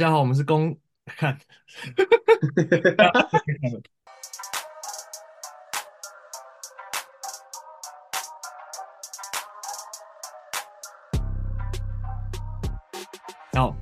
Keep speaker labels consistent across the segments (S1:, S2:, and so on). S1: 大家好，我们是公 看，好，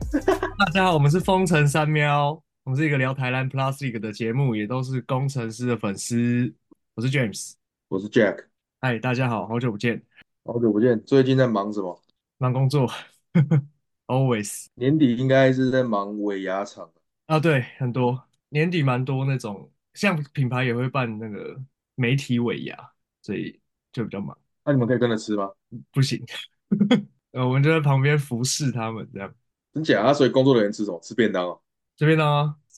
S1: 大家好，我们是风城三喵，我们是一个聊台湾 Plus League 的节目，也都是工程师的粉丝。我是 James，
S2: 我是 Jack，
S1: 嗨，大家好，好久不见，
S2: 好久不见，最近在忙什么？
S1: 忙工作 ，always
S2: 年底应该是在忙尾牙厂，
S1: 啊，对，很多年底蛮多那种，像品牌也会办那个媒体尾牙，所以就比较忙，
S2: 那、你们可以跟着吃吗？
S1: 不行， 呃，我们就在旁边服侍他们这样。
S2: 真假啊？所以工作人员吃什么？吃便当哦。
S1: 这边呢，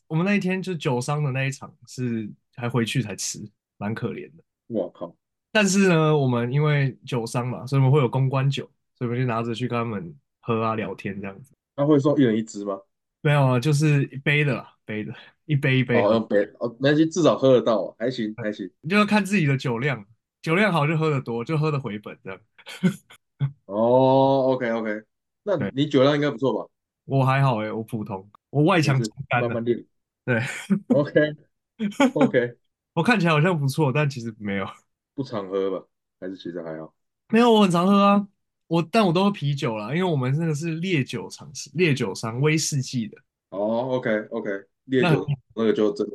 S1: 我们那一天就酒商的那一场是还回去才吃，蛮可怜的。
S2: 我靠，
S1: 但是呢，我们因为酒商嘛，所以我们会有公关酒，所以我们就拿着去跟他们喝啊聊天这样子。
S2: 他会送一人一支吗？
S1: 没有啊，就是一杯的啦，杯的，一杯一杯
S2: 哦，
S1: 喝，
S2: 用杯哦，没关系，至少喝得到，啊还行还行。
S1: 你就要看自己的酒量，酒量好就喝得多，就喝得回本这样。
S2: 哦，OK OK，那
S1: 对
S2: 你酒量应该不错吧？
S1: 我还好诶、欸我普通，我外强
S2: 没事
S1: 中干
S2: 慢
S1: 的，
S2: 慢练。
S1: 对
S2: ，OK OK，
S1: 我看起来好像不错，但其实没有，
S2: 不常喝吧？还是其实还好？
S1: 没有，我很常喝啊，我但我都喝啤酒啦，因为我们那个是烈酒厂，烈酒商威士忌的。
S2: 哦，OK OK，烈
S1: 那
S2: 酒那个就真的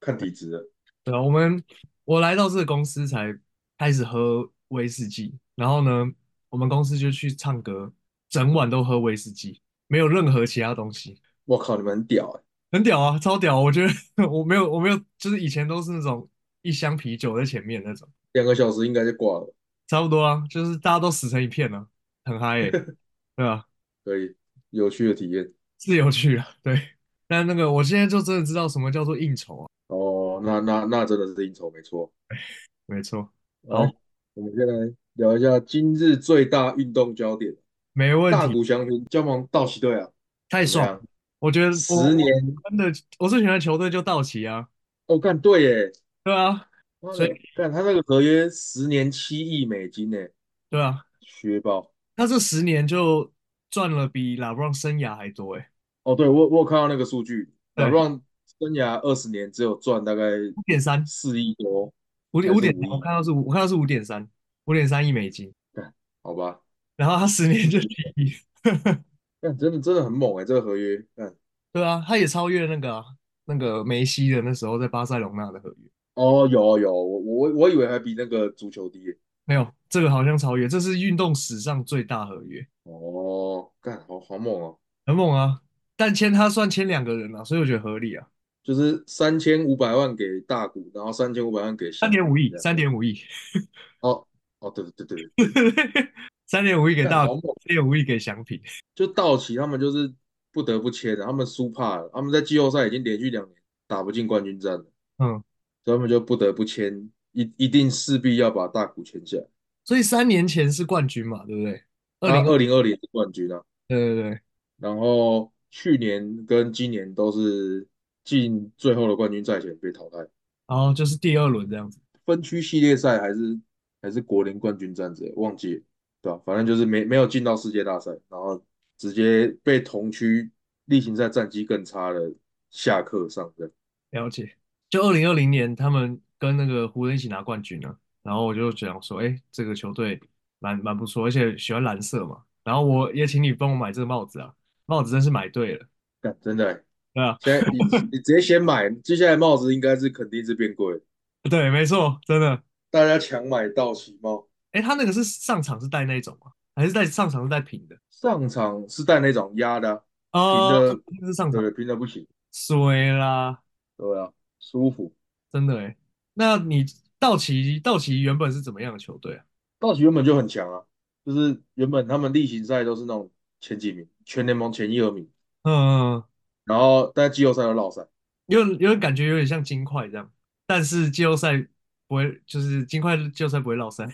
S2: 看体质了。
S1: 对啊，我们我来到这个公司才开始喝威士忌，然后呢，我们公司就去唱歌，整晚都喝威士忌，没有任何其他东西，
S2: 我靠，你们很屌哎、
S1: 很屌啊，超屌！我觉得 我没有我没有，就是以前都是那种一箱啤酒在前面那种，
S2: 两个小时应该就挂了，
S1: 差不多啊，就是大家都死成一片了、啊，很嗨 欸，对啊，
S2: 可以有趣的体验。
S1: 是有趣啊，对。但那个我现在就真的知道什么叫做应酬啊，
S2: 哦，那那那真的是应酬，没错。
S1: 没错，好
S2: 来，我们先来聊一下今日最大运动焦点，
S1: 没问
S2: 大
S1: 题，
S2: 谷翔平加盟道奇队啊，
S1: 太
S2: 怎么
S1: 爽了，
S2: 样？
S1: 我觉得我
S2: 十年，
S1: 真的我最喜欢的球队就道奇啊。
S2: 哦，干对耶，
S1: 对啊，
S2: 妈
S1: 所以
S2: 的，干他那个合约十年七亿美金呢，
S1: 对啊，
S2: 削爆。
S1: 他这十年就赚了比拉布朗生涯还多哎，
S2: 哦，对，我我有看到那个数据，
S1: 对
S2: LeBron 生涯二十年只有赚大概
S1: 五点三，
S2: 四亿多，
S1: 五点
S2: 还
S1: 五
S2: 是
S1: 点
S2: 五
S1: 三，我
S2: 亿？
S1: 看到是五，我看到是五点三，五点三亿美金，
S2: 好吧，
S1: 然后他十年就七亿，
S2: 但真的真的很猛哎，这个合约，干。
S1: 对啊，他也超越那个啊、那个梅西的那时候在巴塞隆纳的合约，
S2: 哦，有有，我我我以为还比那个足球低耶。
S1: 没有，这个好像超越，这是运动史上最大合约，
S2: 哦，干，好好猛哦！
S1: 很猛啊，但签他算签两个人啊，所以我觉得合理啊，
S2: 就是三千五百万给大股，然后三千五百万给
S1: 三
S2: 小
S1: 点
S2: 股，
S1: 五亿，
S2: 这样。
S1: 三点五亿，
S2: 哦哦，对对对对，
S1: 三点五亿给
S2: 干，
S1: 大
S2: 好
S1: 谷，
S2: 猛！
S1: 三点五亿给翔平，
S2: 就道奇他们就是不得不签了，他们输怕了，他们在季后赛已经连续两年打不进冠军战了，
S1: 嗯。
S2: 所以他们就不得不签，一一定势必要把大股签下来。
S1: 所以三年前是冠军嘛，对不对？二
S2: 他
S1: 零，
S2: 二零二零是冠军啊，
S1: 对对对，
S2: 然后去年跟今年都是进最后的冠军赛前被淘汰，
S1: 然后就是第二轮这样子，
S2: 分区系列赛还是还是国联冠军战之类，忘记了，对吧、反正就是没没有进到世界大赛，然后直接被同区例行赛战绩更差的下课上阵。
S1: 了解。就二零二零年他们跟那个湖人一起拿冠军了，然后我就想说，哎，这个球队蛮蛮不错，而且喜欢蓝色嘛。然后我也请你帮我买这个帽子啊，帽子真是买对了，
S2: 干，真的欸，
S1: 对啊，
S2: 现在你你 直接先买，接下来帽子应该是肯定是变贵了，
S1: 对，没错，真的。
S2: 大家抢买道奇帽，
S1: 哎，他那个是上场是戴那种吗？还是在上场是戴平的？
S2: 上场是戴那种压的啊，平
S1: 哦，
S2: 的，
S1: 是上场
S2: 对，平的不行，
S1: 水啦，
S2: 对啊，舒服。
S1: 真的哎。那你道奇道奇原本是怎么样的球队啊？
S2: 道奇原本就很强啊，就是原本他们例行赛都是那种前几名，全联盟前一二名，
S1: 嗯嗯。嗯
S2: 然后但季后赛都落赛，
S1: 有有点感觉有点像金块这样，但是季后赛不会，就是金块季后赛不会落赛，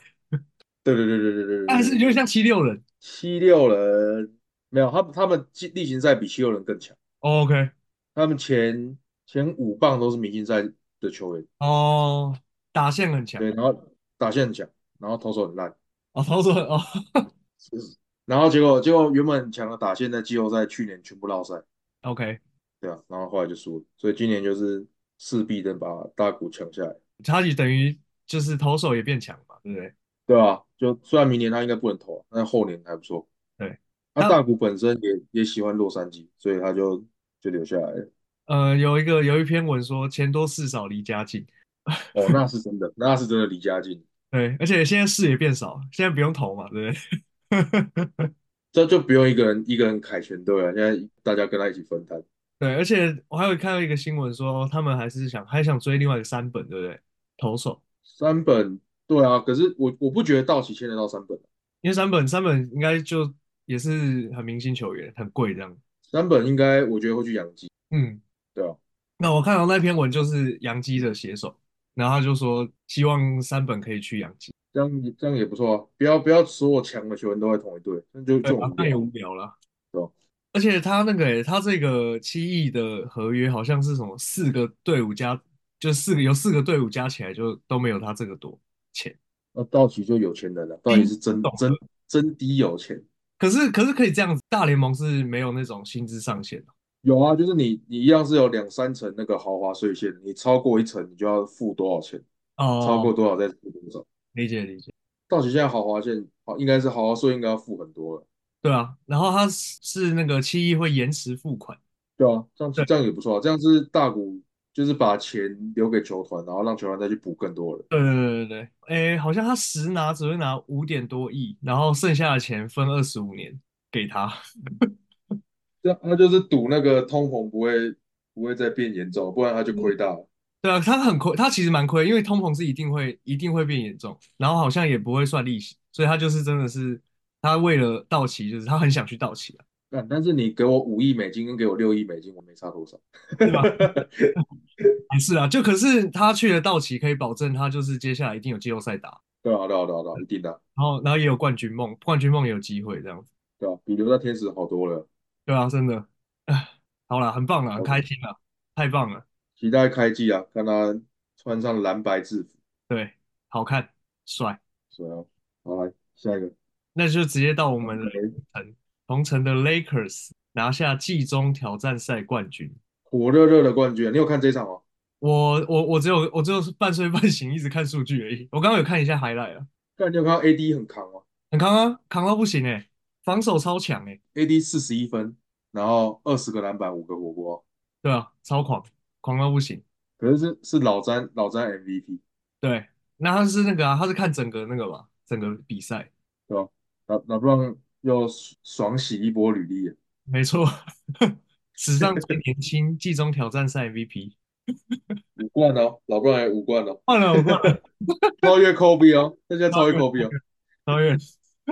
S2: 对对对对对对对，
S1: 但是有点像七六人。
S2: 七六人没有，他他们季例行赛比七六人更强，
S1: 哦 OK，
S2: 他们前前五棒都是明星赛的球员，
S1: 哦，打线很强，
S2: 对，然后打线很强，然后投手很烂，
S1: 哦，投手很哦，
S2: 是然后结果结果原本很强的打线在季后赛去年全部落赛，
S1: OK，
S2: 对啊，然后后来就输了，所以今年就是势必得把大股抢下来，
S1: 差距等于就是投手也变强嘛，对不对？
S2: 对啊，就虽然明年他应该不能投啊，但后年还不错。
S1: 对，
S2: 那
S1: 那
S2: 大谷本身也也喜欢洛杉矶，所以他就就留下来了。
S1: 呃，有一个有一篇文说钱多事少离家近，
S2: 哦，那是真的，那是真的离家近，
S1: 对，而且现在事也变少，现在不用投嘛，对不对？
S2: 这就不用一个人一个人凯旋队了，现在大家跟他一起分摊。
S1: 对，而且我还有看到一个新闻说，哦他们还是想还想追另外一个三本，对不对？投手，
S2: 三本，对啊，可是我我不觉得道奇签得到三本，啊
S1: 因为三本三本应该就也是很明星球员，很贵这样。
S2: 三本应该我觉得会去养鸡，
S1: 嗯，
S2: 对啊，
S1: 那我看到那篇文就是杨基的写手，然后他就说希望三本可以去杨基，
S2: 这样也这样也不错啊，不要不要所有强的球员都在同一队，那就
S1: 对
S2: 就
S1: 吧？
S2: 很无
S1: 那也
S2: 聊，
S1: 啊无聊了。
S2: 对吧？
S1: 而且他那个诶，他这个七亿的合约好像是什么四个队伍加，就四个有四个队伍加起来就都没有他这个多钱。
S2: 那道奇就有钱人了，道
S1: 低
S2: 奇是真
S1: 懂
S2: 真真低有钱。
S1: 可是可是可以这样子，大联盟是没有那种薪资上限的。
S2: 有啊，就是你你一样是有两三层那个豪华税线，你超过一层你就要付多少钱，超
S1: 哦，
S2: 过多少再付多少。
S1: 理解理解，
S2: 道奇现在豪华线好应该是豪华税应该要付很多了，
S1: 对啊。然后他是是那个七亿会延迟付款，
S2: 对啊，这样
S1: 对
S2: 这样也不错啊，这样是大股就是把钱留给球团，然后让球团再去补更多人。
S1: 对对对对对，诶，好像他实拿只会拿五点多亿，然后剩下的钱分二十五年给他。
S2: 这样啊他就是赌那个通膨不会不会再变严重，不然他就亏大了。
S1: 对啊，他很亏，他其实蛮亏，因为通膨是一定会一定会变严重，然后好像也不会算利息，所以他就是真的是他为了道奇，就是他很想去道奇啊，
S2: 但但是你给我五亿美金跟给我六亿美金，我没差多少。
S1: 对吧？ 还是啊，就可是他去了道奇，可以保证他就是接下来一定有季后赛打，
S2: 对啊，对啊，对啊，对啊，一定的啊，
S1: 然后然后也有冠军梦，冠军梦也有机会这样子，
S2: 对啊，比留在天使好多了。
S1: 对啊，真的，唉好啦，很棒啦，很
S2: 好
S1: 开心啦，太棒了，
S2: 期待开季啊，看他穿上蓝白制服，
S1: 对，好看，帅，
S2: 所以啊，好来下一个，
S1: 那就直接到我们的
S2: 哎
S1: 同城同城的 Lakers 拿下季中挑战赛冠军。
S2: 火热热的冠军，你有看这一场吗？
S1: 我我我只有我只有半睡半醒，一直看数据而已。我刚刚有看一下 highlight 啊，
S2: 但你有看到 AD 很扛吗
S1: 很扛啊，扛到不行哎、防守超强哎、
S2: ？AD 四十一分，然后二十个篮板，五个火锅，
S1: 对啊，超狂，狂到不行。
S2: 可是是是老詹老詹 MVP
S1: 对，那他是那个啊，他是看整个那个吧，整个比赛，
S2: 对吧？老老布朗又爽洗一波履历了，
S1: 没错， 史上最年轻季中挑战赛 MVP，
S2: 五冠哦，老布朗也五冠哦，
S1: 换了我换了，
S2: 超越 Kobe 哦，那现在
S1: 超
S2: 超越
S1: 越
S2: Kobe 哦，
S1: 超越。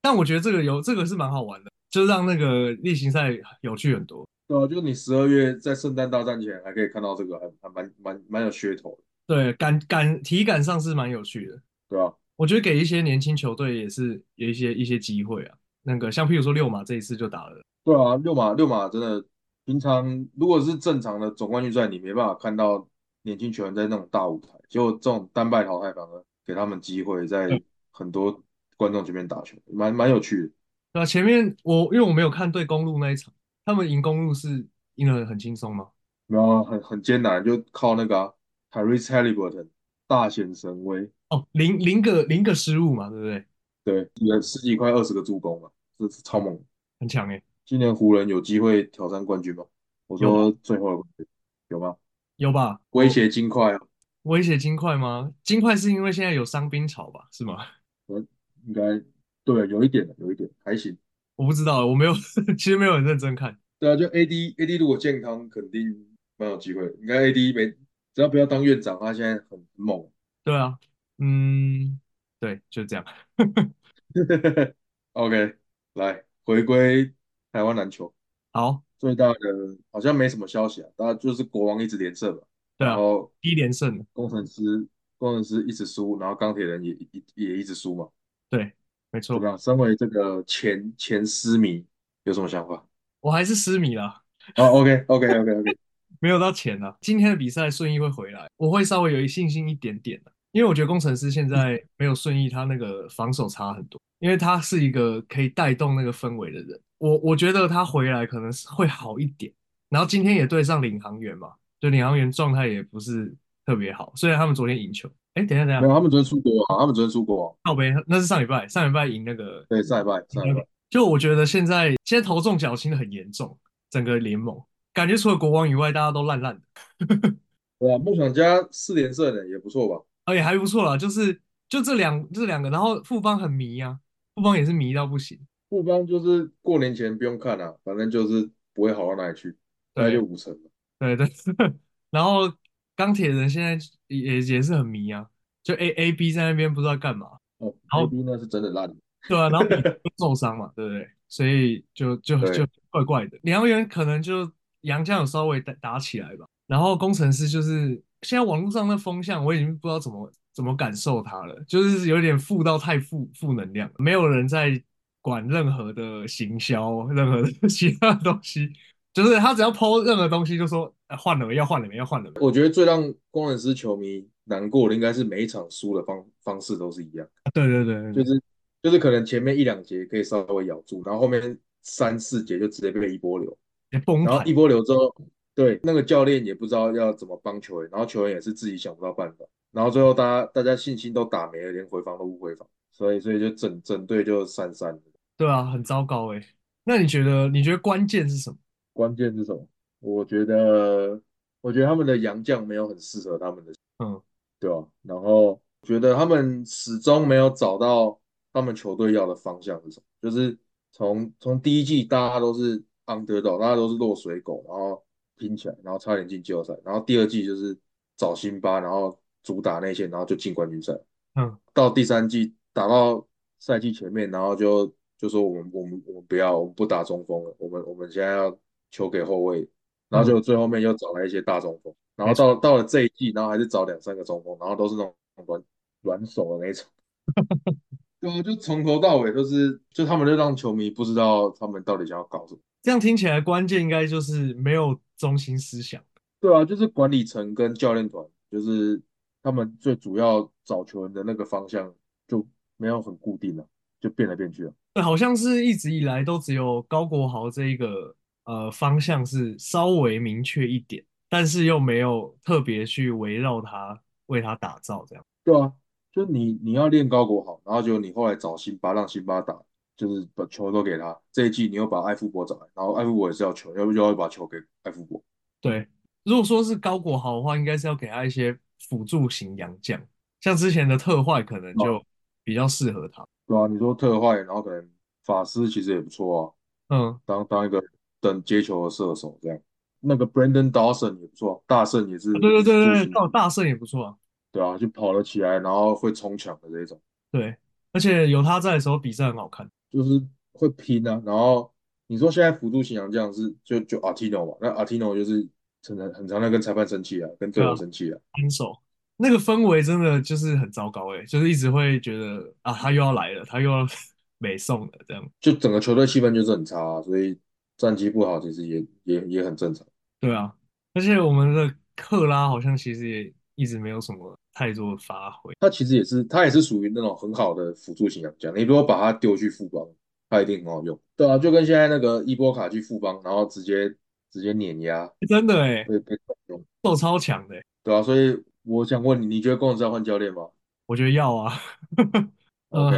S1: 但我觉得这个有这个是蛮好玩的，就让那个例行赛有趣很多。
S2: 对啊，就是你十二月在圣诞大战前还可以看到这个，还还蛮蛮蛮有噱头的，
S1: 对，感感体感上是蛮有趣的。
S2: 对啊吧？
S1: 我觉得给一些年轻球队也是有一些一些机会啊。那个像譬如说六马这一次就打了，
S2: 对啊，六马六马真的，平常如果是正常的总冠军赛，你没办法看到年轻球员在那种大舞台，结果这种单败淘汰反而给他们机会，在
S1: 对
S2: 很多观众前面打球，蛮蛮有趣的。
S1: 对啊，前面我因为我没有看对公路那一场，他们赢公路是赢得很轻松吗？
S2: 然后啊很很艰难，就靠那个啊 Tyrese Haliburton 大显神威，
S1: 哦，零零个零个失误嘛，对不对？
S2: 对，有十几块二十个助攻嘛，这是超猛。
S1: 很强欸诶、
S2: 今年湖人有机会挑战冠军吗？我
S1: 有吧
S2: 说最后的冠军有吗？
S1: 有吧？
S2: 威
S1: 我
S2: 胁金块啊，
S1: 威胁金块吗？金块是因为现在有伤兵潮吧？是吗？
S2: 我应该对，有一点的，有一点还行。
S1: 我不知道，我没有， 其实没有很认真看。
S2: 对啊，就 AD AD 如果健康，肯定蛮有机会的。应该 AD 没，只要不要当院长，他现在很很猛。
S1: 对啊，嗯，对，就这样。
S2: OK，来回归台湾篮球，
S1: 好，
S2: 最大的好像没什么消息啊，大家就是国王一直连胜嘛，
S1: 对
S2: 然
S1: 啊，
S2: 后
S1: 第一连胜了，
S2: 工程师工程师一直输，然后钢铁人也也也一直输嘛，
S1: 对，没
S2: 怎么
S1: 错，
S2: 样？身为这个前前狮迷，有什么想法？
S1: 我还是失迷了。
S2: 哦，OK OK OK OK，
S1: 没有到钱啊。今天的比赛顺义会回来，我会稍微有一信心一点点的、因为我觉得工程师现在没有顺义，他那个防守差很多，因为他是一个可以带动那个氛围的人。我我觉得他回来可能是会好一点，然后今天也对上领航员嘛，就领航员状态也不是特别好，虽然他们昨天赢球，哎，等一下等一
S2: 没
S1: 下，
S2: 有，他们昨天输国啊，他们昨天输国啊，
S1: 靠北，那是上礼拜，上礼拜赢那个，
S2: 对，上礼拜上礼拜，
S1: 嗯就我觉得现在现在头重脚轻的很严重，整个联盟感觉除了国王以外，大家都烂烂的，
S2: 对啊，梦想家四连胜欸呢，也不错吧？
S1: 而且哎还不错啦，就是就这两这两个，然后富邦很迷啊，富邦也是迷到不行，
S2: 富邦就是过年前不用看啊，反正就是不会好到哪里去，大概
S1: 对
S2: 就五成吧。
S1: 对 对，然后钢铁人现在也也是很迷啊，就 A A B 在那边不知道干嘛。
S2: 哦
S1: 然后
S2: ，AB 那是真的烂，
S1: 对啊，然后你又受伤嘛，对不对？所以就就就
S2: 对，
S1: 怪怪的。梁元可能就杨绛有稍微打打起来吧，然后工程师就是现在网络上的风向，我已经不知道怎么怎么感受它了，就是有点负到太负负能量了，没有人在管任何的行销，任何的 其他的东西，就是他只要 PO 任何东西就说、呃换了没，要换了没，要换了没。
S2: 我觉得最让工程师球迷难过的，应该是每一场输的方方式都是一样，
S1: 对对对对
S2: 就
S1: 对。
S2: 是就是可能前面一两节可以稍微咬住，然后后面三四节就直接被一波流，
S1: 也崩
S2: 然后
S1: 盘，
S2: 一波流之后，对，那个教练也不知道要怎么帮球员，然后球员也是自己想不到办法，然后最后大家大家信心都打没了，连回防都不回防，所以所以就整整队就散散了。
S1: 对啊，很糟糕哎、那你觉得？你觉得关键是什么？
S2: 关键是什么？我觉得，我觉得他们的洋将没有很适合他们的，
S1: 嗯。
S2: 对吧？然后觉得他们始终没有找到他们球队要的方向是什么，就是从从第一季大家都是 underdog，大家都是落水狗，然后拼起来，然后差点进季后赛，然后第二季就是找辛巴，然后主打内线，然后就进冠军赛。
S1: 嗯，
S2: 到第三季打到赛季前面，然后就就说我们我们我们不要，我们不打中锋了，我们我们现在要球给后卫，然后
S1: 嗯，
S2: 就最后面又找来一些大中锋，然
S1: 没
S2: 后
S1: 错，
S2: 到到了这一季，然后还是找两三个中锋，然后都是那种软软手的 那种，对啊，就从头到尾都是，就他们就让球迷不知道他们到底想要搞什么，
S1: 这样听起来关键应该就是没有中心思想。
S2: 对啊，就是管理层跟教练团，就是他们最主要找球员的那个方向就没有很固定了，就变来变去了。
S1: 对，好像是一直以来都只有高国豪这一个呃方向是稍微明确一点，但是又没有特别去围绕他为他打造这样。
S2: 对啊，就你你要练高国好，然后就你后来找辛巴，让辛巴打，就是把球都给他。这一季你又把艾富博找来，然后艾富博也是要球，要不就要把球给艾富博。
S1: 对，如果说是高国豪的话，应该是要给他一些辅助型洋将，像之前的特坏可能
S2: 哦，
S1: 就比较适合他。
S2: 对啊，你说特坏，然后可能法师其实也不错啊，
S1: 嗯，
S2: 当当一个等接球的射手这样。那个 Brandon Dawson 也不错，大圣也
S1: 啊
S2: 是
S1: 对对对
S2: 辅助
S1: 对，
S2: 型
S1: 大
S2: 的，
S1: 大圣也不错啊。
S2: 对啊，就跑了起来，然后会冲抢的这一种，
S1: 对，而且有他在的时候，比赛很好看。
S2: 就是会拼啊。然后你说现在辅助型洋将是就就 Artino 嘛，那 Artino 就是很常很常在跟裁判生气啊，跟队
S1: 对
S2: 友
S1: 啊。
S2: 生气啊。
S1: 分手，那个氛围真的就是很糟糕哎、就是一直会觉得啊，他又要来了，他又要 北送了这样。
S2: 就整个球队气氛就是很差啊所以战绩不好其实也也也很正常。
S1: 对啊，而且我们的克拉好像其实也一直没有什么太多的发挥。
S2: 他其实也是他也是属于那种很好的辅助型洋将，你如果把他丢去富邦，他一定很好用。对啊，就跟现在那个伊波卡去富邦，然后直接直接碾压
S1: 真的哎、欸，
S2: 被被重用，
S1: 斗超强的欸、
S2: 对啊。所以我想问你，你觉得工程师要换教练吗
S1: 我觉得要啊。 呃，
S2: ？OK，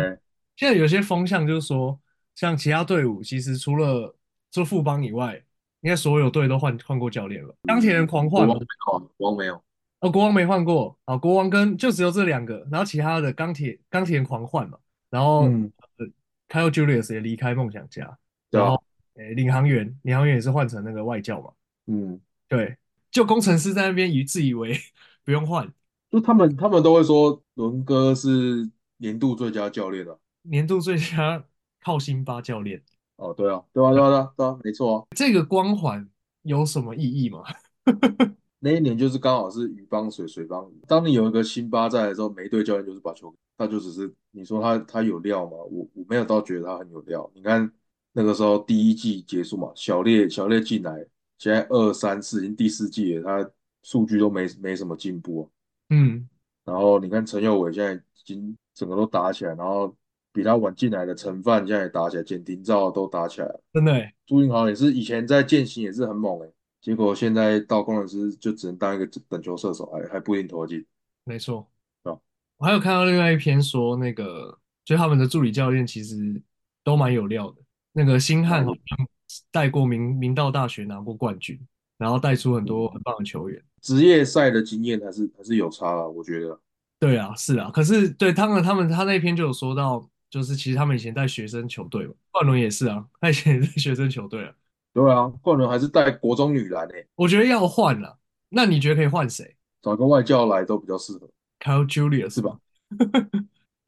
S1: 现在有些风向就是说，像其他队伍其实除了除了富邦以外，应该所有队都换换过教练了。钢铁人
S2: 嗯，
S1: 狂
S2: 国
S1: 换
S2: 王
S1: 嘛，
S2: 没有啊，国王没有。
S1: 哦，国王没换过啊，国王跟就只有这两个，然后其他的钢铁钢铁人狂换嘛，然后
S2: 嗯，
S1: 呃，Kyle Julius 也离开梦想家，
S2: 对
S1: 然
S2: 啊，
S1: 后呃，领航员领航员也是换成那个外教嘛，
S2: 嗯，
S1: 对，就工程师在那边以自以为 不用换，
S2: 就他们他们都会说伦哥是年度最佳教练啊。
S1: 年度最佳靠辛巴教练，
S2: 哦，对啊，对啊，对啊，对啊，对啊，没错啊。
S1: 这个光环有什么意义吗？
S2: 那一年就是刚好是鱼帮水，水帮鱼。当你有一个辛巴在的时候，每一队教练就是把球，他就只是你说他他有料吗？我我没有到觉得他很有料。你看那个时候第一季结束嘛，小烈小烈进来，现在二三四已经第四季了，他数据都没没什么进步啊
S1: 嗯，
S2: 然后你看陈友伟现在已经整个都打起来，然后比他晚进来的陈范现在也打起来，简廷照都打起来了。
S1: 真的欸，
S2: 朱云豪也是以前在践行也是很猛诶、欸结果现在到工程师就只能当一个等球射手，还还不一定投得进。
S1: 没错
S2: 对啊。
S1: 我还有看到另外一篇说，那个就他们的助理教练其实都蛮有料的。那个星汉好
S2: 嗯
S1: 像带过明明道大学拿过冠军，然后带出很多很棒的球员。
S2: 职业赛的经验还是还是有差啦，我觉得。
S1: 对啊，是啊，可是对他们，他们他那篇就有说到，就是其实他们以前带学生球队嘛，冠伦也是啊，他以前也是学生球队啊。对
S2: 对啊，冠伦还是带国中女篮诶，
S1: 我觉得要换了，那你觉得可以换谁
S2: 找个外教来都比较适合，
S1: ？Kyle
S2: 是
S1: Julius 吗？
S2: 吧？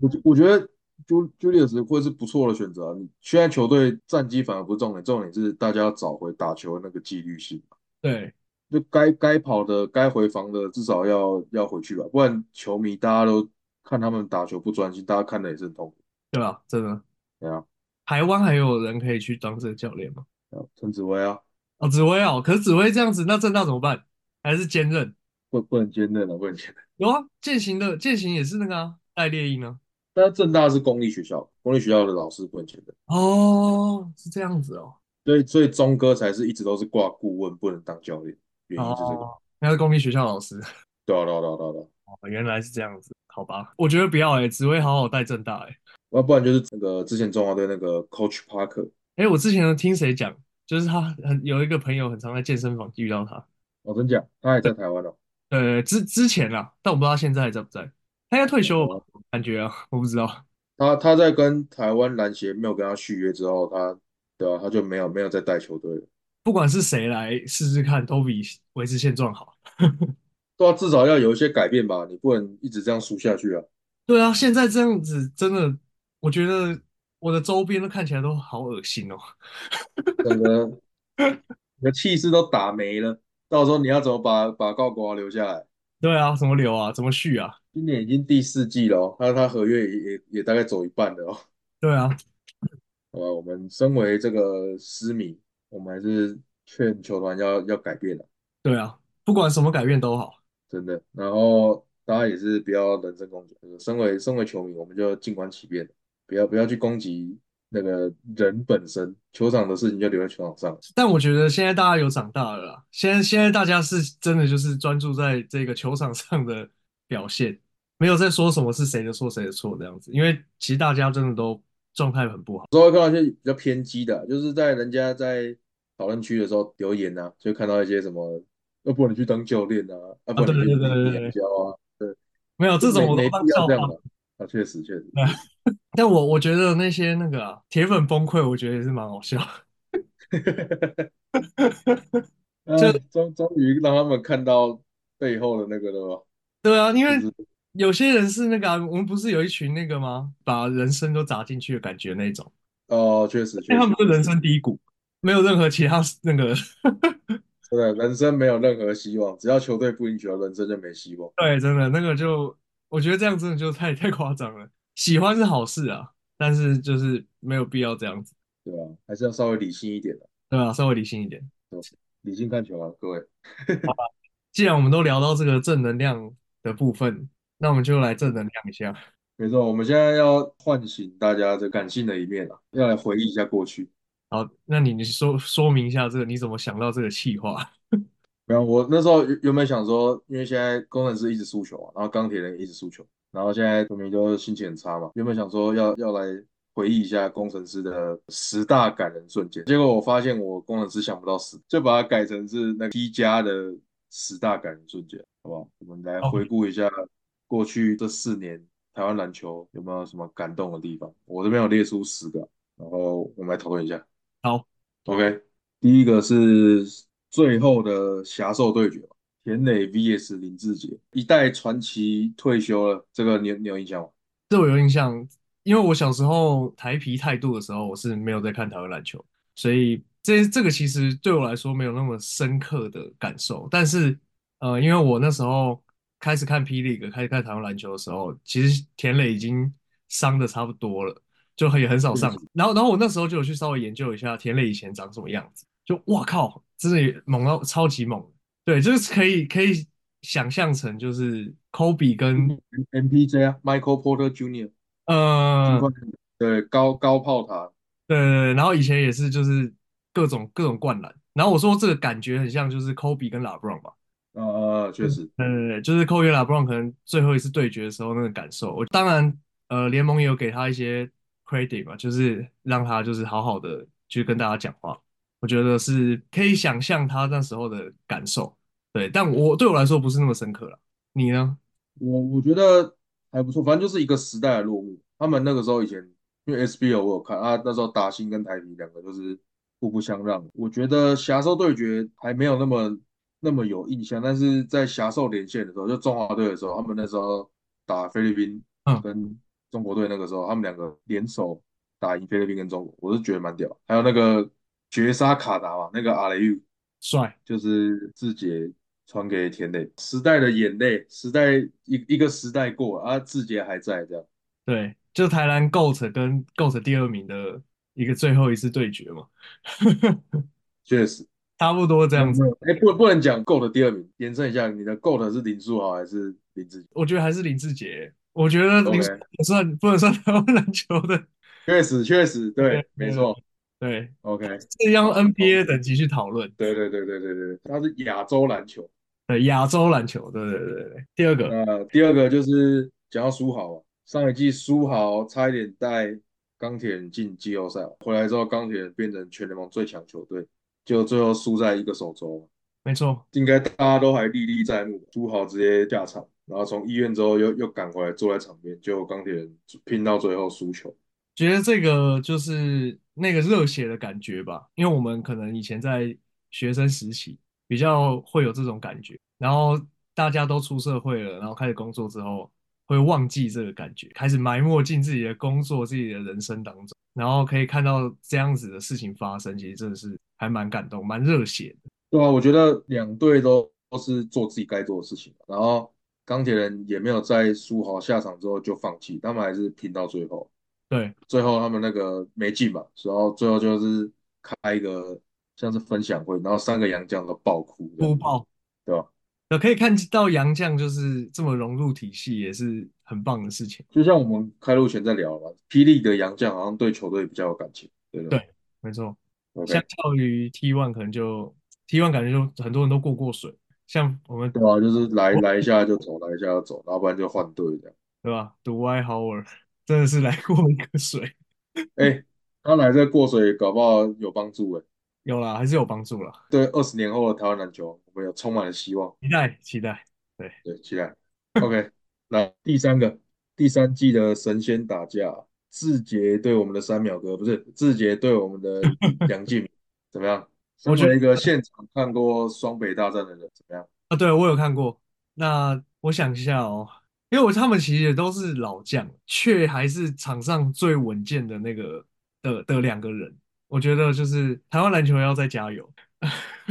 S2: 我我觉得 Ju- Julius 会是不错的选择啊。你现在球队战绩反而不是重点，重点是大家要找回打球的那个纪律性。
S1: 对，
S2: 就该该跑的、该回防的，至少要要回去吧，不然球迷大家都看他们打球不专心，大家看的也是很痛苦。
S1: 对啊，真的，
S2: 对啊，
S1: 台湾还有人可以去当这个教练吗？
S2: 对啊陈子威啊，
S1: 哦，紫薇哦，可是紫薇这样子，那正大怎么办？还是兼任？
S2: 不不能兼任啊，不能兼任。
S1: 有啊，践行的践行也是那个啊，戴烈英啊。
S2: 但正大是公立学校，公立学校的老师不能兼任，
S1: 哦，是这样子哦。
S2: 所以所以钟哥才是一直都是挂顾问，不能当教练，原因是这个。
S1: 哦，那是公立学校老师。
S2: 对啊，对啊，对啊，对啊，对啊
S1: 哦，原来是这样子，好吧。我觉得不要哎、欸，紫薇好好带正大哎、欸。
S2: 要不然就是那个之前中华队那个 Coach Parker，
S1: 哎、我之前有听谁讲，就是他很有一个朋友很常在健身房遇到他。
S2: 我哦真假，他还在台湾哦。
S1: 呃，之之前啦，但我不知道他现在还在不在。他应该退休了吧？
S2: 哦，
S1: 感觉啊，我不知道。
S2: 他他在跟台湾篮协没有跟他续约之后，他对啊，他就没有没有再带球队了。
S1: 不管是谁来试试看，都比维持现状好。
S2: 对啊，至少要有一些改变吧，你不能一直这样输下去啊。
S1: 对啊，现在这样子真的，我觉得我的周边都看起来都好恶心哦。
S2: 整个你的气势都打没了，到时候你要怎么把把高国华留下来？
S1: 对啊，怎么留啊？怎么续啊？
S2: 今年已经第四季了哦，那他合约也也也大概走一半了哦。
S1: 对啊，
S2: 好吧，我们身为这个狮迷，我们还是劝球团要要改变了，
S1: 对啊，不管什么改变都好。
S2: 真的。然后大家也是不要人身攻击，呃身为身为球迷，我们就静观其变，不要不要去攻击那个人本身，球场的事情就留在球场上。
S1: 但我觉得现在大家有长大了啦，现在现在大家是真的就是专注在这个球场上的表现，没有在说什么是谁的错谁的错这样子，因为其实大家真的都状态很不好。
S2: 有时候会看到一些比较偏激的，就是在人家在讨论区的时候留言啊，就看到一些什么，要不然你去当教练啊，要
S1: 啊，
S2: 不
S1: 对
S2: 然你
S1: 对
S2: 去
S1: 对
S2: 当
S1: 对
S2: 外
S1: 对，
S2: 交啊，对，
S1: 没有
S2: 就
S1: 这种
S2: 没
S1: 我都
S2: 没
S1: 当
S2: 必要
S1: 笑
S2: 这样
S1: 话。
S2: 的啊，确实确实
S1: 对啊
S2: 确实，
S1: 但我我觉得那些那个啊，铁粉崩溃，我觉得也是蛮好笑。就
S2: 啊，终终于让他们看到背后的那个了吧，
S1: 对啊，因
S2: 就
S1: 为
S2: 是
S1: 有些人是那个啊，我们不是有一群那个吗？把人生都砸进去的感觉那种，
S2: 哦，确实
S1: 因
S2: 确
S1: 为他们
S2: 实
S1: 是
S2: 确
S1: 人
S2: 实，
S1: 生低谷，没有任何其他那个，
S2: 真的人生没有任何希望，只要球队不赢球，人生就没希望。
S1: 对，真的那个就，我觉得这样真的就太太夸张了。喜欢是好事啊，但是就是没有必要这样子，
S2: 对吧？还是要稍微理性一点的，
S1: 对啊，稍微理性一点。
S2: 对吧理性看球啊，各位。
S1: 既然我们都聊到这个正能量的部分，那我们就来正能量一下。
S2: 没错，我们现在要唤醒大家这感性的一面了，要来回忆一下过去。
S1: 好，那你你说说明一下这个，你怎么想到这个气话？
S2: 然后我那时候原原本想说，因为现在工程师一直输球啊，然后钢铁人一直输球，然后现在球迷都心情很差嘛，原本想说要要来回忆一下工程师的十大感人瞬间，结果我发现我工程师想不到十，就把它改成是那个 T 加的十大感人瞬间，好不好？我们来
S1: 好，
S2: 回顾一下过去这四年台湾篮球有没有什么感动的地方？我这边有列出十个，然后我们来讨论一下。
S1: 好，
S2: OK，第一个是最后的侠兽对决，田磊 VS 林志杰，一代传奇退休了，这个你有你有印象吗？
S1: 对我有印象，因为我小时候台皮态度的时候，我是没有在看台湾篮球，所以这这个其实对我来说没有那么深刻的感受。但是，呃，因为我那时候开始看 P League，开始看台湾篮球的时候，其实田磊已经伤的差不多了，就很也很少
S2: 确
S1: 上
S2: 实，
S1: 场。然后，然后我那时候就有去稍微研究一下田磊以前长什么样子，就哇靠，真的也猛到超级猛，对，就是可以可以想象成就是 Kobe 跟
S2: MPJ 啊，Michael Porter Jr. 金
S1: 呃。
S2: 块队，对，高高炮塔，
S1: 对，然后以前也是就是各种各种灌篮，然后我说这个感觉很像就是 Kobe 跟 LeBron 吧，
S2: 啊啊啊，确实，
S1: 对对对，就是 Kobe 跟 LeBron 可能最后一次对决的时候那个感受。我当然呃联盟也有给他一些 credit 嘛，就是让他就是好好的去跟大家讲话，我觉得是可以想象他那时候的感受。对，但我对我来说不是那么深刻了。你呢？
S2: 我我觉得还不错，反正就是一个时代的落幕。他们那个时候以前，因为 SBL 我有看啊，那时候达兴跟台啤两个就是互不相让。我觉得侠兽对决还没有那么那么有印象，但是在侠兽连线的时候，就中华队的时候，他们那时候打菲律宾
S1: 嗯，
S2: 跟中国队那个时候，他们两个联手打赢菲律宾跟中国，我是觉得蛮屌。还有那个绝杀卡达嘛，那个阿雷玉。
S1: 帅，
S2: 就是志杰传给田磊，时代的眼泪，时代一一个时代过啊，志杰还在这样，
S1: 对，就台南 GOAT 跟 GOAT 第二名的一个最后一次对决嘛，
S2: 确实
S1: 差不多这
S2: 没
S1: 样
S2: 有没
S1: 子。
S2: 有，哎，不不能讲 GOAT 第二名，延伸一下，你的 GOAT 是林书豪还是林志杰
S1: 我觉得还是林志杰，我觉得林
S2: ？OK，
S1: 书豪不算不能算台湾篮球的，
S2: 确实确实
S1: 对嗯
S2: 对，没
S1: 对
S2: 错
S1: 对，
S2: ，OK，
S1: 是用
S2: 好好，
S1: NBA 等级去讨论，
S2: 对对对对对对，他是亚洲篮球。
S1: 对亚洲篮球，对对对对。第二个，
S2: 那第二个就是讲到苏豪啊，上一季苏豪差一点带钢铁人进季后赛，回来之后钢铁人变成全联盟最强球队，就最后输在一个啊手肘，
S1: 没错，
S2: 应该大家都还历历在目。苏豪直接下场，然后从医院之后又又赶回来坐在场边，就钢铁人拼到最后输球。
S1: 觉得这个就是那个热血的感觉吧，因为我们可能以前在学生时期比较会有这种感觉，然后大家都出社会了，然后开始工作之后，会忘记这个感觉，开始埋没进自己的工作、自己的人生当中，然后可以看到这样子的事情发生，其实真的是还蛮感动、蛮热血的。
S2: 对啊，我觉得两队都都是做自己该做的事情，然后钢铁人也没有在苏豪下场之后就放弃，他们还是拼到最后。
S1: 对，
S2: 最后他们那个没进嘛，然后最后就是开一个像是分享会，然后三个洋将都爆哭这样，
S1: 哭爆。
S2: 对啊吧？
S1: 那可以看到杨绛就是这么融入体系，也是很棒的事情。
S2: 就像我们开录前在聊嘛，霹雳的洋将好像对球队比较有感情，对不对
S1: 对，没错。相
S2: ？OK，
S1: 较于 T one 可能就 T one 感觉就很多人都过过水，像我们
S2: 对啊，就是来来一下就走，来一下就走，然后不然就换队这样。
S1: 对吧？Dwight Howard 真的是来过一个水，
S2: 哎，他来这过水，搞不好有帮助哎。
S1: 有啦，还是有帮助啦，
S2: 对，二十年后的台湾篮球，我们有充满了希望，
S1: 期待期待。对，
S2: 对，期待。OK，那 第三个，第三季的神仙打架，志杰对我们的三秒哥，不是志杰对我们的杨敬敏，怎么样？
S1: 我
S2: 身
S1: 觉得
S2: 为一个现场看过双北大战的人，怎么样？
S1: 啊，对，我有看过。那我想一下哦，因为我他们其实也都是老将，却还是场上最稳健的那个的的两个人。我觉得就是台湾篮球要再加油。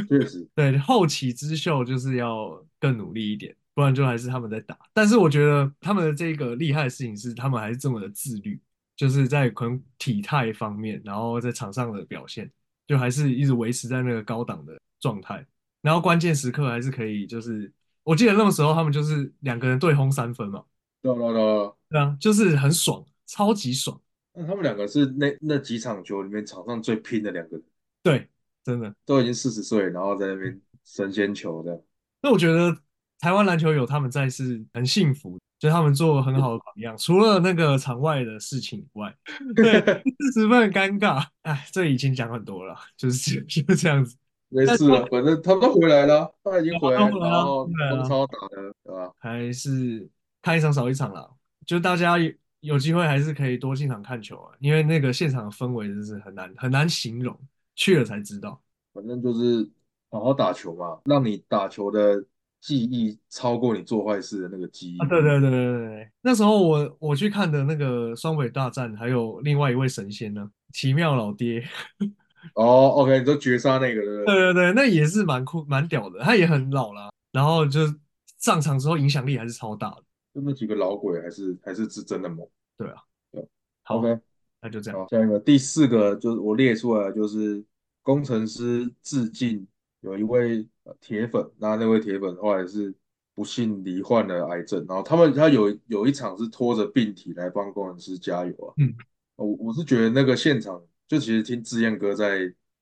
S2: 确实，
S1: 对，后起之秀就是要更努力一点，不然就还是他们在打。但是我觉得他们的这个厉害的事情是，他们还是这么的自律，就是在可能体态方面，然后在场上的表现，就还是一直维持在那个高档的状态。然后关键时刻还是可以，就是我记得那个时候他们就是两个人对轰三分嘛，
S2: 对啊对啊对啊。
S1: 对啊，就是很爽，超级爽，
S2: 那他们两个是那那几场球里面场上最拼的两个人，
S1: 对，真的。
S2: 都已经四十岁，然后在那边神仙球这样。
S1: 那我觉得台湾篮球有他们在是很幸福，就是他们做很好的榜样。除了那个场外的事情以外，对，十分尴尬。哎，这已经讲很多了，就是 就是这样子。
S2: 没
S1: 但是
S2: 事了，啊反正他们都回来了，他已经
S1: 有
S2: 回
S1: 啊，
S2: 来，
S1: 都回来
S2: 然
S1: 了，
S2: 后
S1: 对
S2: 风
S1: 啊，
S2: 超打的，对吧？
S1: 还是看一场少一场啦。就大家有有机会还是可以多进场看球啊，因为那个现场的氛围真是很难很难形容，去了才知道。
S2: 反正就是好好打球嘛，让你打球的记忆超过你做坏事的那个记
S1: 啊，
S2: 忆。
S1: 对对对对对对，那时候我我去看的那个双北大战，还有另外一位神仙呢，奇妙老爹，
S2: 哦，OK，你说绝杀那个，对
S1: 对
S2: 不对？
S1: 对对，那也是蛮酷蛮屌的，他也很老啦，然后就是上场之后影响力还是超大的，
S2: 就那几个老鬼还是还是是真的猛。
S1: 对啊，
S2: 对
S1: 好，
S2: ，OK，
S1: 那就这样，
S2: 好，下一个第四个就是我列出来的就是工程师致敬，有一位呃铁粉，那那位铁粉后来是不幸罹患了癌症，然后他们他有有一场是拖着病体来帮工程师加油啊。
S1: 嗯，
S2: 我我是觉得那个现场，就其实听志燕哥在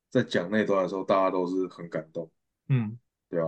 S2: 在讲那段的时候，大家都是很感动，
S1: 嗯，
S2: 对啊，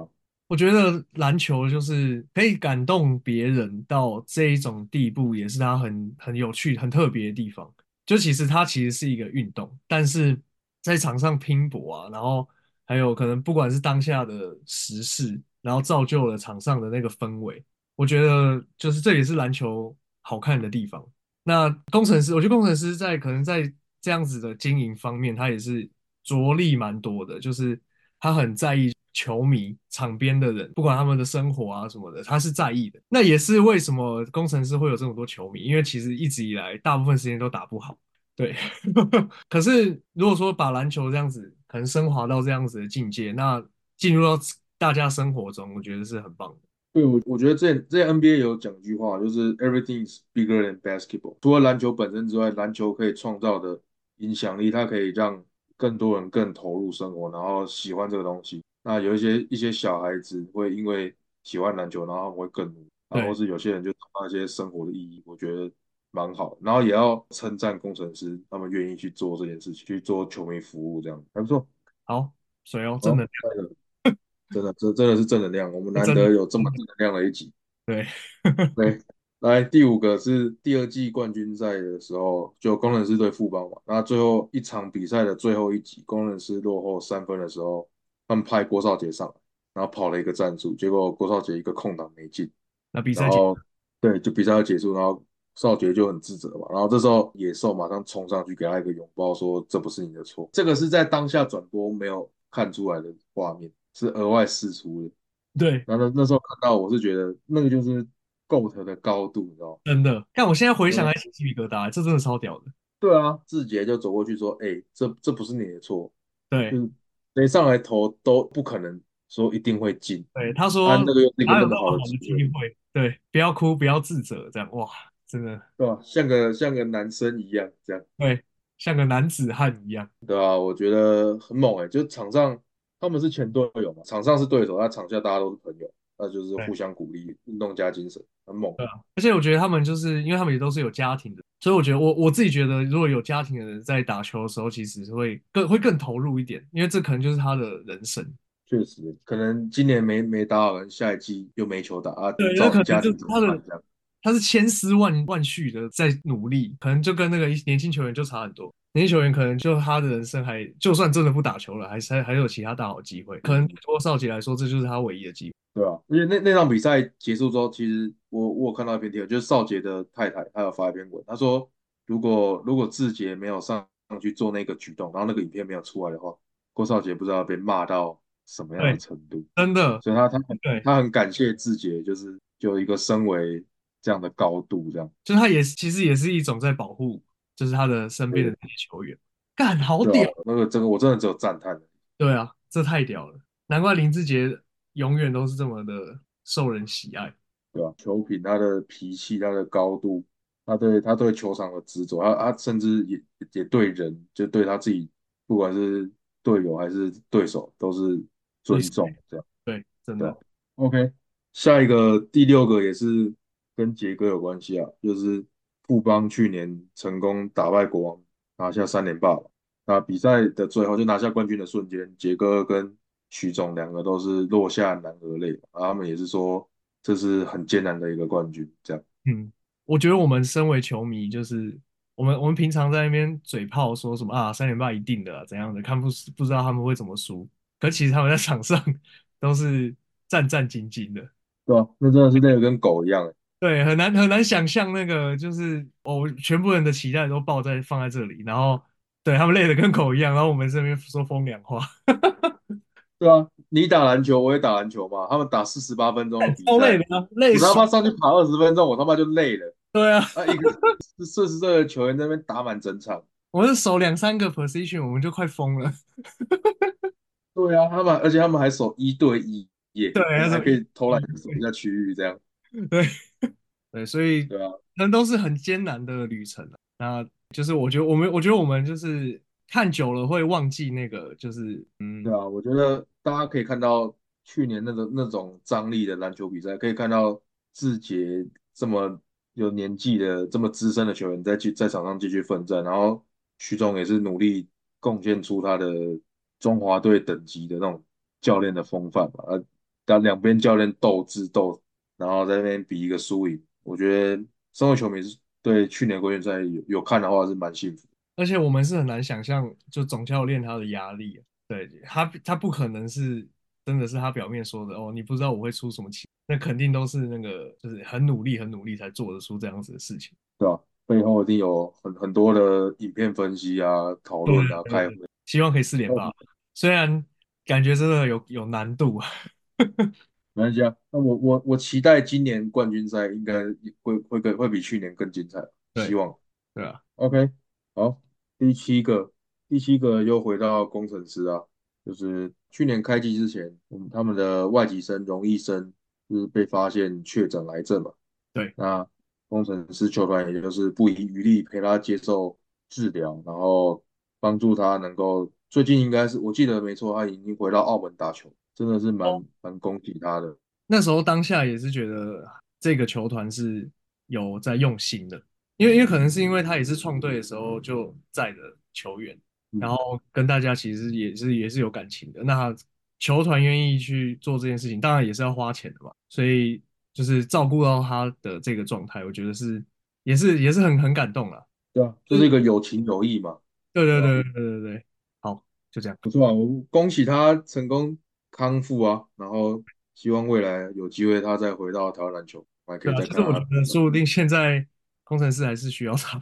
S1: 我觉得篮球就是可以感动别人到这一种地步，也是它很很有趣、很特别的地方。就其实它其实是一个运动，但是在场上拼搏啊，然后还有可能不管是当下的时事，然后造就了场上的那个氛围。我觉得就是这也是篮球好看的地方。那工程师，我觉得工程师在可能在这样子的经营方面，他也是着力蛮多的，就是他很在意球迷、场边的人，不管他们的生活啊什么的，他是在意的。那也是为什么工程师会有这么多球迷，因为其实一直以来大部分时间都打不好。对， 可是如果说把篮球这样子可能升华到这样子的境界，那进入到大家生活中，我觉得是很棒的。
S2: 对，我我觉得之前之前 NBA 有讲一句话，就是 “Everything is bigger than basketball”。除了篮球本身之外，篮球可以创造的影响力，它可以让更多人更投入生活，然后喜欢这个东西。那有一些一些小孩子会因为喜欢篮球，然后会更努力，然后或
S1: 对，
S2: 是有些人就找到一些生活的意义，我觉得蛮好。然后也要称赞工程师，他们愿意去做这件事情，去做球迷服务，这样还不错。
S1: 好，水哦，正
S2: 好，
S1: 能量，
S2: 那个真的，这真的是正能量，我们
S1: 是
S2: 难
S1: 真的，
S2: 得有这么
S1: 真的，
S2: 正能量的一集。
S1: 对，
S2: 对，来第五个是第二季冠军赛的时候，就工程师对富邦嘛。那最后一场比赛的最后一集，工程师落后三分的时候，他们派郭少杰上来，然后跑了一个战术，结果郭少杰一个空档没进，
S1: 那比
S2: 然
S1: 赛结
S2: 后对，就比赛要结束，然后少杰就很自责嘛。然后这时候野兽马上冲上去给他一个拥抱，说这不是你的错。这个是在当下转播没有看出来的画面，是额外释出的。
S1: 对，
S2: 然后那那时候看到，我是觉得那个就是 GOAT 的高度，你知道吗？
S1: 真的。但我现在回
S2: 真
S1: 想
S2: 的，
S1: 还起鸡皮疙瘩，这真的超屌的。
S2: 对啊，志杰就走过去说：“哎、这这不是你的错，就
S1: 对
S2: 是谁上来投都不可能说一定会进
S1: 对，他
S2: 啊，
S1: 说
S2: 那个又是一个
S1: 哪
S2: 那
S1: 有
S2: 么
S1: 那
S2: 好
S1: 么好
S2: 的
S1: 的
S2: 机
S1: 机
S2: 会，
S1: 会？对，不要哭，不要自责，这样哇，真的，
S2: 对吧？像个像个男生一样这样，
S1: 对，像个男子汉一样。
S2: 对啊，我觉得很猛哎、就场上他们是前队友嘛，场上是对手，那场下大家都是朋友，那就是
S1: 对。
S2: 互相鼓励，运动加精神，很猛。
S1: 对啊，而且我觉得他们就是因为他们也都是有家庭的，所以我觉得我我自己觉得，如果有家庭的人在打球的时候，其实是会更会更投入一点，因为这可能就是他的人生。
S2: 确实，欸可能今年没没打好人，下一季又没球打啊，
S1: 对，那
S2: 照
S1: 可
S2: 你
S1: 能
S2: 家
S1: 就是
S2: 庭怎么
S1: 他的，
S2: 办这样？
S1: 他是千丝万万绪的在努力，可能就跟那个一年轻球员就差很多。年轻球员可能就他的人生还，就算真的不打球了，还是还还有其他大好机会。可能对
S2: 嗯，
S1: 郭少杰来说，这就是他唯一的机会。
S2: 对啊，因为那那场比赛结束之后，其实我我有看到一篇贴文，就是少杰的太太，她有发一篇文，她说如果如果志杰没有上上去做那个举动，然后那个影片没有出来的话，郭少杰不知道被骂到什么样的
S1: 对，
S2: 程度，
S1: 真的，
S2: 所以她她很
S1: 对，
S2: 她很感谢志杰，就是就一个身为这样的高度这样，
S1: 就他也是其实也是一种在保护，就是他的身边的
S2: 对
S1: 那些球员。干，好
S2: 嗯对啊，
S1: 哦屌！
S2: 那个真的我真的只有赞叹。
S1: 对啊，这太屌了，难怪林志杰永远都是这么的受人喜爱。
S2: 对吧？球品他的脾气、他的高度，他对他对球场的执着，他他甚至也也对人，就对他自己，不管是队友还是对手，都是
S1: 都是
S2: 尊重，这样
S1: 对，真
S2: 对
S1: 的
S2: 吧？OK，下一个第六个也是跟杰哥有关系啊，就是富邦去年成功打败国王，拿下三连霸嘛。那比赛的最后就拿下冠军的瞬间，杰哥跟徐总两个都是落下男儿泪，然后他们也是说这是很艰难的一个冠军，这样。
S1: 嗯，我觉得我们身为球迷，就是我们我们平常在那边嘴炮说什么啊三连败一定的啊怎样的，看不不知道他们会怎么输，可其实他们在场上都是战战兢兢的，
S2: 对吧？那真的是累得跟狗一样欸，
S1: 对，很难很难想象那个就是哦，全部人的期待都抱在放在这里，然后对他们累得跟狗一样，然后我们这边说风凉话，
S2: 对啊，你打篮球，我也打篮球嘛。他们打四十八分钟的比
S1: 超 累
S2: 赛，
S1: 的啊，累
S2: 我他
S1: 爽，
S2: 妈上去跑二十分钟，我他妈就累了。
S1: 对啊。
S2: 啊，一个 四四十岁的球员在那边打满整场，
S1: 我是守两三个 position，我们就快疯了。
S2: 对啊，他们而且他们还守一对一耶，
S1: 对，
S2: 你
S1: 那
S2: 还
S1: 种
S2: 可以偷
S1: 一
S2: 懒守一
S1: 对
S2: 下区域这样，
S1: 对对，所以
S2: 对啊，
S1: 可能都是很艰难的旅程啊。那就是我觉得我们，我觉得我们就是看久了会忘记那个，就是
S2: 对
S1: 嗯，
S2: 啊，我觉得大家可以看到去年那个那种张力的篮球比赛，可以看到志杰这么有年纪的、这么资深的球员在去在场上继续奋战，然后徐总也是努力贡献出他的。中华队等级的那种教练的风范吧。呃，但两边教练斗智斗，然后在那边比一个输赢，我觉得身为球迷是对去年国联赛有有看的话是蛮幸福的。
S1: 而且我们是很难想象，就总教练他的压力啊，对，他他不可能是真的是他表面说的哦，你不知道我会出什么棋，那肯定都是那个就是很努力很努力才做得出这样子的事情。
S2: 对吧？背后一定有很很多的影片分析啊、讨
S1: 对
S2: 论啊、
S1: 对
S2: 开会。
S1: 对，希望可以四连
S2: 哦
S1: 霸，虽然感觉真的有有难度啊。
S2: 没关系啊，那我我我期待今年冠军赛应该会会更会比去年更精彩，希
S1: 对
S2: 望。
S1: 对啊，
S2: OK，好，第七个，第七个又回到工程师啊，就是去年开季之前，我们他们的外籍生荣医生就是被发现确诊癌症嘛，
S1: 对
S2: 那工程师球团也就是不遗余力陪他接受治疗，然后帮助他能够，最近应该是我记得没错，他已经回到澳门打球，真的是
S1: 哦，
S2: 蛮蛮恭喜他的。
S1: 那时候当下也是觉得这个球团是有在用心的，因为因为可能是因为他也是创队的时候就在的球员，然
S2: 嗯，
S1: 后跟大家其实也是也是有感情的。那他球团愿意去做这件事情，当然也是要花钱的嘛，所以就是照顾到他的这个状态，我觉得是也是也是很很感动啦。
S2: 对啊，
S1: 就
S2: 就是是一个有情有义嘛，
S1: 对
S2: 对
S1: 对
S2: 吧？
S1: 对对对对，好，就这样。
S2: 不错啊，我恭喜他成功康复啊，然后希望未来有机会他再回到台湾篮球，我还可
S1: 对
S2: 以
S1: 啊，
S2: 再
S1: 其
S2: 看
S1: 实
S2: 到
S1: 我
S2: 他
S1: 觉
S2: 的
S1: 得
S2: 比赛。
S1: 说不定现在工程师还是需要他，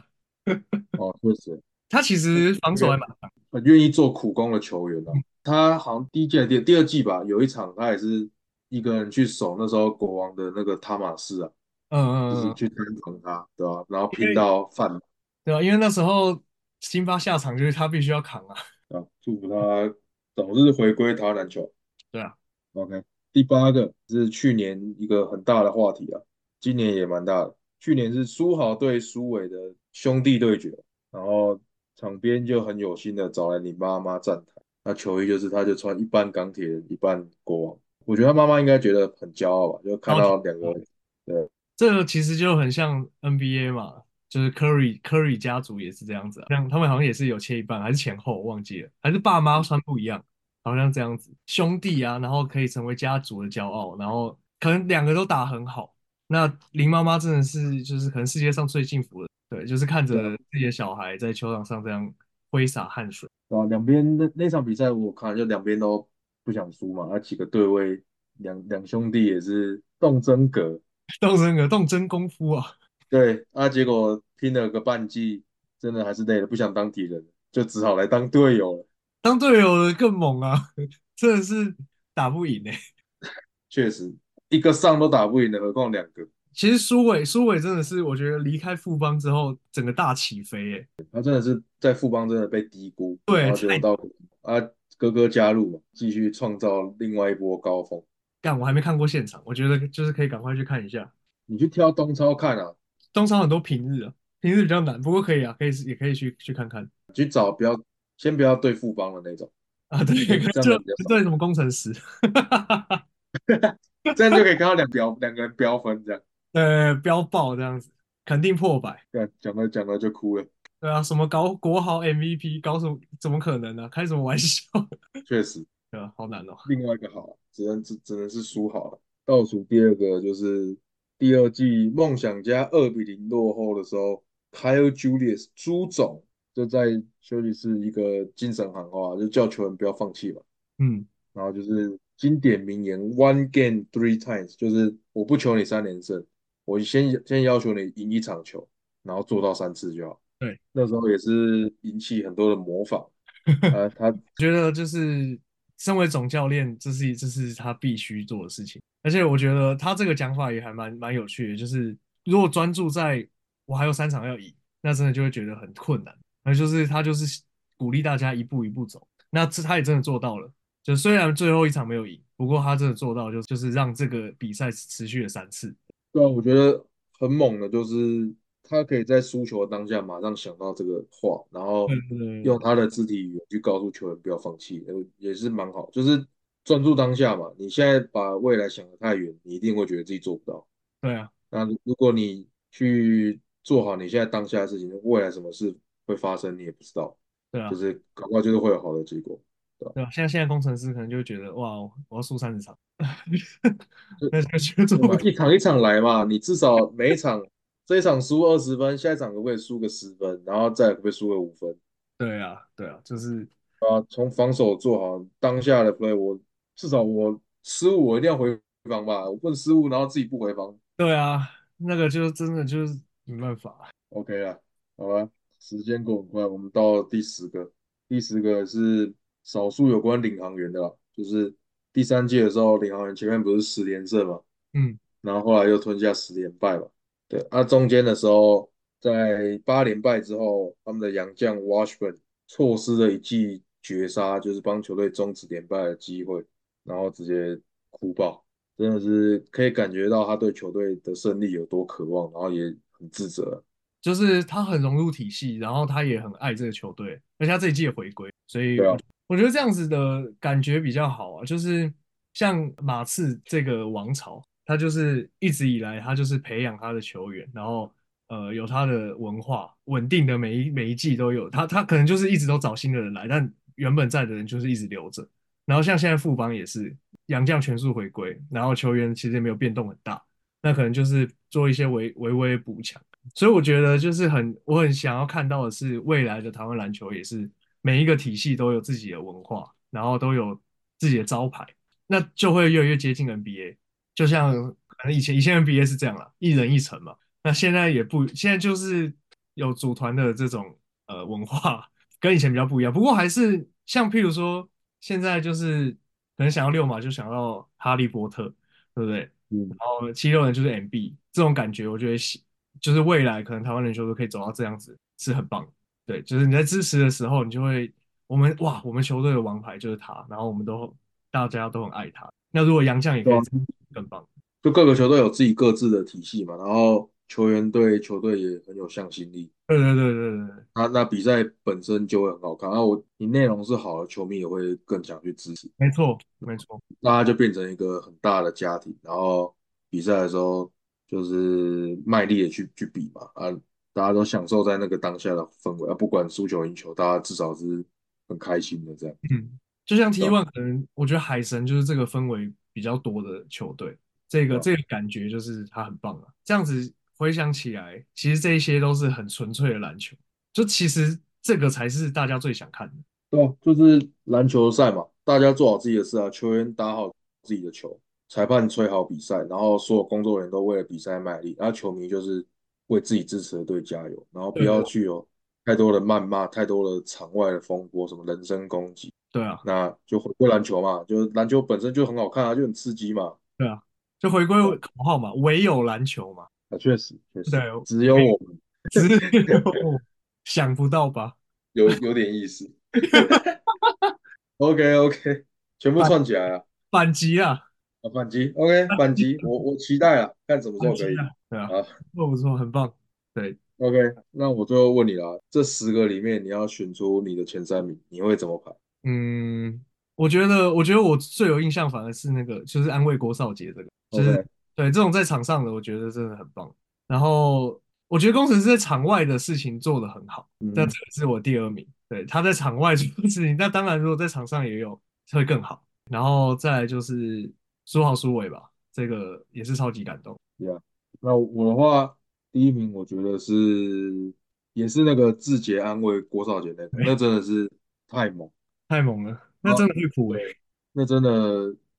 S2: 哦，确实，
S1: 他其实防守还
S2: 愿
S1: 蛮强。
S2: 很愿意做苦工的球员啊。他好像第一季还是第第二季吧，有一场他也是一个人去守那时候国王的那个汤马斯啊，
S1: 嗯
S2: 就是
S1: 嗯嗯，
S2: 去单防他，对吧、然后
S1: 因
S2: 拼
S1: 为
S2: 到犯满，
S1: 对吧？因为那时候辛巴下场就是他必须要扛啊，
S2: 对吧、祝福他早日回归台湾篮球。
S1: 对啊，
S2: OK，第八个是去年一个很大的话题啊，今年也蛮大的。去年是苏豪对苏伟的兄弟对决，然后场边就很有心的找来你妈妈站台，那球衣就是他就穿一半钢铁人一半国王，我觉得他妈妈应该觉得很骄傲吧，就看
S1: 超级
S2: 到两个，对，
S1: 这个其实就很像 NBA 嘛，就是 Curry Curry 家族也是这样子啊，像他们好像也是有切一半，还是前后我忘记了，还是爸妈穿不一样，好像这样子，兄弟啊，然后可以成为家族的骄傲，然后可能两个都打很好。那林妈妈真的是就是可能世界上最幸福的，对，就是看
S2: 对啊，
S1: 着自己的小孩在球场上这样挥洒汗水。
S2: 对啊，两边那那场比赛我看就两边都不想输嘛，那几个对位两两兄弟也是动真格。
S1: 动真格，动真功夫啊！
S2: 对，啊，结果拼了个半季，真的还是累了，不想当敌人，就只好来当队友了。
S1: 当队友的更猛啊，真的是打不赢哎、
S2: 确实，一个上都打不赢的，何况两个。
S1: 其实苏伟，苏伟真的是我觉得离开富邦之后，整个大起飞哎、
S2: 他啊真的是在富邦真的被低估，然
S1: 对，
S2: 后结果
S1: 太
S2: 到啊哥哥加入嘛，继续创造另外一波高峰。
S1: 干，我还没看过现场，我觉得就是可以赶快去看一下。
S2: 你去挑东超看啊，
S1: 东超很多平日啊，平日比较难，不过可以啊，可以也可以去去看看
S2: 去找不要先不要对富邦的那种，
S1: 啊。对，
S2: 因
S1: 可
S2: 为
S1: 能就
S2: 这样的比较少
S1: 对什
S2: 看，
S1: 么工程师，
S2: 这样就可以看到两标两个人飙分这样。
S1: 呃，飙爆这样子，肯定破百。
S2: 干讲了讲了就哭了，
S1: 对啊，什么搞国豪 MVP，搞什么怎么可能呢、开什么玩笑？
S2: 确实。
S1: 对啊，好难哦。
S2: 另外一个好，只能只只能是输好了。倒数第二个就是第二季梦想家二比零落后的时候，Kyle Julius 朱总就在休息室一个精神喊话，就叫球员不要放弃嘛。
S1: 嗯，
S2: 然后就是经典名言 “One game three times”，就是我不求你三连胜，我先先要求你赢一场球，然后做到三次就好。
S1: 对，
S2: 那时候也是引起很多的模仿啊，他
S1: 觉得就是身为总教练，这是这是他必须做的事情。而且我觉得他这个讲法也还蛮蛮有趣的，就是如果专注在我还有三场要赢，那真的就会觉得很困难。那就是他就是鼓励大家一步一步走，那这他也真的做到了。就虽然最后一场没有赢，不过他真的做到就就是让这个比赛持续了三次。
S2: 对啊，我觉得很猛的，就是他可以在输球的当下马上想到这个话，然
S1: 对
S2: 后
S1: 对对
S2: 用
S1: 对
S2: 他的肢体语言去告诉球员不要放弃，呃也是蛮好。就是专注当下嘛，你现在把未来想得太远，你一定会觉得自己做不到。
S1: 对啊！
S2: 那如如果你去做好你现在当下的事情，未来什么事会发生你也不知道，
S1: 对
S2: 就
S1: 啊！
S2: 是搞不好就是会有好的结果。对吧？
S1: 对吧？啊现在现在工程师可能就会觉得哇，我我要输三十场，
S2: 对
S1: 那就就做
S2: 对
S1: 不
S2: 嘛，
S1: 到。
S2: 一场一场来嘛，你至少每一场这一场输二十分，下一场可不可以输个十分，然后再可不可以输个五分？
S1: 对啊，对啊，就是
S2: 啊，从防守做好当下的 play，我至少我失误我一定要回防吧，我不能失误然后自己不回防
S1: 对啊，那个就真的就是没办法。
S2: ，OK 啦，好吧，时间过很快，我们到第十个，第十个是少数有关领航员的啦，就是第三届的时候，领航员前面不是十连胜嘛，
S1: 嗯
S2: 然后后来又吞下十连败吧，对，啊，中间的时候在八连败之后，他们的洋将 Washburn 错失了一记绝杀，就是帮球队终止连败的机会。然后直接哭爆，真的是可以感觉到他对球队的胜利有多渴望，然后也很自责。啊
S1: 就是他很融入体系，然后他也很爱这个球队，而且他这一季也回归，所以
S2: 对
S1: 我
S2: 啊，
S1: 我觉得这样子的感觉比较好啊。就是像马刺这个王朝，他就是一直以来他就是培养他的球员，然后呃有他的文化，稳定的每一每一季都有他，他可能就是一直都找新的人来，但原本在的人就是一直留着。然后像现在富邦也是洋将全数回归，然后球员其实也没有变动很大，那可能就是做一些微微微补强。所以我觉得就是很，我很想要看到的是，未来的台湾篮球也是每一个体系都有自己的文化，然后都有自己的招牌，那就会越来越接近 NBA。就像可能以前以前 NBA 是这样啦，一人一城嘛，那现在也不，现在就是有组团的这种呃文化，跟以前比较不一样。不过还是像譬如说，现在就是可能想要六嘛，就想要哈利波特，对不对？
S2: 嗯，
S1: 然后七六人就是 MB 这种感觉，我觉得是就是未来可能台湾人球都可以走到这样子，是很棒的。对，就是你在支持的时候，你就会我们哇，我们球队的王牌就是他，然后我们都大家都很爱他。那如果洋将也可
S2: 对
S1: 以
S2: 啊，
S1: 这样更棒，
S2: 就各个球队有自己各自的体系嘛，然后球员对球队也很有向心力，
S1: 对对对对对对，
S2: 那那比赛本身就会很好看。那我你内容是好的，球迷也会更想去支持，
S1: 没错没错，
S2: 那它就变成一个很大的家庭。然后比赛的时候就是卖力的去去比嘛，啊，大家都享受在那个当下的氛围，啊，不管输球赢球，大家至少是很开心的这样。
S1: 嗯，就像
S2: 对啊
S1: T1
S2: 吧？
S1: 可能我觉得海神就是这个氛围比较多的球队，这
S2: 对啊
S1: 个
S2: 吧？
S1: 这个感觉就是他很棒啊。这样子回想起来，其实这一些都是很纯粹的篮球，就其实这个才是大家最想看的。
S2: 对啊，就是篮球赛嘛，大家做好自己的事啊，球员打好自己的球，裁判吹好比赛，然后所有工作人员都为了比赛卖力，那球迷就是为自己支持的队加油，然后不
S1: 对
S2: 要
S1: 对
S2: 去有太多的谩骂，太多的场外的风波，什么人身攻击，
S1: 对啊，
S2: 那就回归篮球嘛，就是篮球本身就很好看啊，就很刺激嘛，
S1: 对啊，就回归
S2: 对吧？
S1: 口号嘛，唯有篮球嘛，
S2: 啊，确实确实，
S1: 对，
S2: 只有我们
S1: 只有 想不到吧？
S2: 啊有有点意思 ，OK OK，全部
S1: 反
S2: 串起来了。
S1: 反击啊，
S2: 啊，反击，OK，反击，我我期待啊，看什么时
S1: 反
S2: 候
S1: 击
S2: 可以。
S1: 啊，对啊，
S2: 好
S1: 不不错，很棒，对，
S2: ，OK，那我最后问你啦，这十个里面你要选出你的前三名，你会怎么排？
S1: 嗯，我觉得，我觉得我最有印象反而是那个，就是安慰郭少杰这个，就是
S2: OK，
S1: 对这种在场上的，我觉得真的很棒。然后我觉得工程师在场外的事情做得很好，
S2: 嗯
S1: 那这
S2: 哼，
S1: 个是我第二名。对，他在场外做的事情，那当然如果在场上也有会更好。然后再来就是苏豪苏伟吧，这个也是超级感动。
S2: yeah，那我的话，第一名我觉得是也是那个志杰安慰郭少杰那个，那
S1: 对，
S2: 真的是太猛。
S1: 太猛了，那
S2: 啊，
S1: 真的会欸哭诶、
S2: 对，那真的，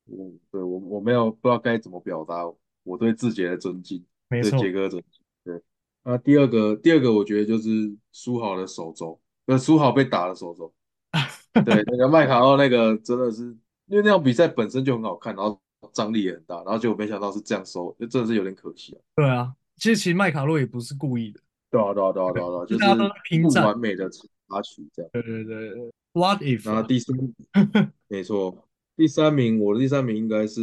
S2: 我对我我没有不知道该怎么表达我对志杰的尊敬，
S1: 没
S2: 对杰
S1: 错，
S2: 哥的尊敬。对，那啊第二个第二个我觉得就是苏豪的手肘，呃，苏豪被打的手 肘。对，那个麦卡奥那个真的是，因为那场比赛本身就很好看，然后张力也很大，然后结果没想到是这样收，就真的是有点可惜啊。
S1: 对啊，其实其实麦卡洛也不是故意的，
S2: 对啊，对啊，对啊，对啊，对啊
S1: 就
S2: 就
S1: 大家都
S2: 是
S1: 在拼
S2: 不
S1: 战。
S2: 完美的插曲这样。
S1: 对对对对，What
S2: 然
S1: if
S2: 后
S1: 啊？
S2: 第三，没错，第三名，我的第三名应该是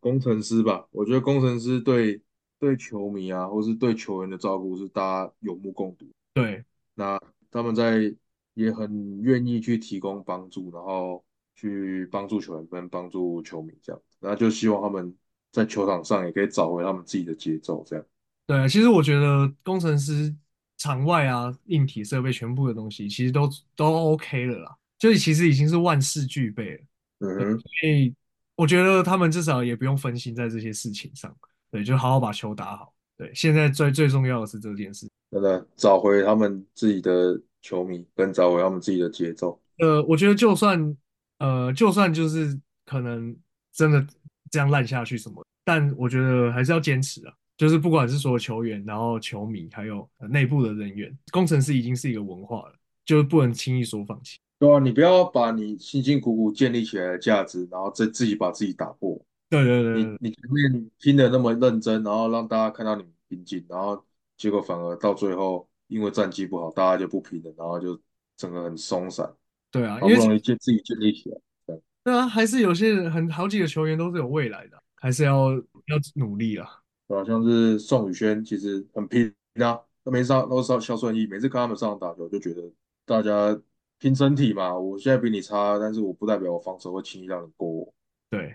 S2: 工程师吧？我觉得工程师对对球迷啊，或是对球员的照顾是大家有目共睹。
S1: 对，
S2: 那他们在也很愿意去提供帮助，然后去帮助球员跟帮助球迷这样。那就希望他们在球场上也可以找回他们自己的节奏这样。
S1: 对，啊其实我觉得工程师场外啊、硬体设备全部的东西其实都都 OK 了啦。就是其实已经是万事俱备了，
S2: 嗯
S1: 对，
S2: 哼，
S1: 所以我觉得他们至少也不用分心在这些事情上，对，就好好把球打好。对，现在最最重要的是这件事。
S2: 真的找回他们自己的球迷，跟找回他们自己的节奏。
S1: 呃，我觉得就算呃，就算就是可能真的这样烂下去什么，但我觉得还是要坚持啊。就是不管是所有球员，然后球迷，还有呃内部的人员，工程师已经是一个文化了，就是不能轻易说放弃。
S2: 对啊，你不要把你辛辛苦苦建立起来的价值，然后再自己把自己打破。
S1: 对对对
S2: 你
S1: 对，
S2: 你前面拼的那么认真，然后让大家看到你们拼劲，然后结果反而到最后因为战绩不好，大家就不拼了，然后就整个很松散，
S1: 对啊，因
S2: 好
S1: 为
S2: 不
S1: 其
S2: 容易建自己建立起来。这样
S1: 对啊，还是有些人很好几个球员都是有未来的啊，还是要要努力啊。
S2: 好像是宋宇轩，其实很拼啊，都没上，都上肖顺义，每次看他们上场打球，就觉得大家拼身体嘛。我现在比你差，但是我不代表我防守会轻易让你过我。
S1: 对，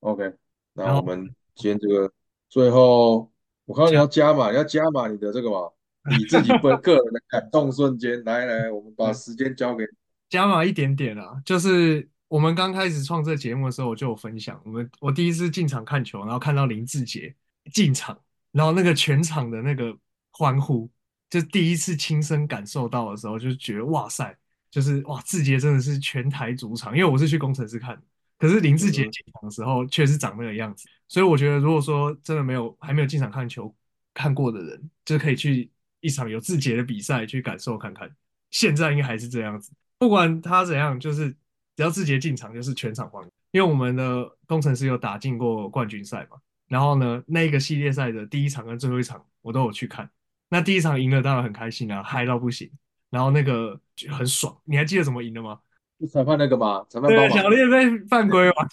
S2: OK，那
S1: 然
S2: 我
S1: 后
S2: 们今天这个最后，我看到你
S1: 加
S2: 要加码，你要加码你的这个嘛，你自 己个个人的感动瞬间。来来，我们
S1: 嗯
S2: 把时间交给你。
S1: 加码一点点啊，就是我们刚开始创这节目的时候，我就有分享，我们我第一次进场看球，然后看到林志杰进场，然后那个全场的那个欢呼，就第一次亲身感受到的时候，就觉得哇塞，就是哇，志杰真的是全台主场，因为我是去工程师看的，可是林志杰
S2: 嗯，
S1: 进场的时候确实长那个样子，所以我觉得如果说真的没有还没有进场看球看过的人，就可以去一场有志杰的比赛去感受看看，现在应该还是这样子。不管他怎样，就是只要字节进场，就是全场欢呼。因为我们的工程师有打进过冠军赛嘛，然后呢，那一个系列赛的第一场跟最后一场我都有去看。那第一场赢了，当然很开心啊，嗨到不行。然后那个就很爽，你还记得怎么赢的吗？
S2: 就裁判那个嘛，裁判帮
S1: 对，
S2: 忙
S1: 小
S2: 嘛。
S1: 烈被犯规嘛，哦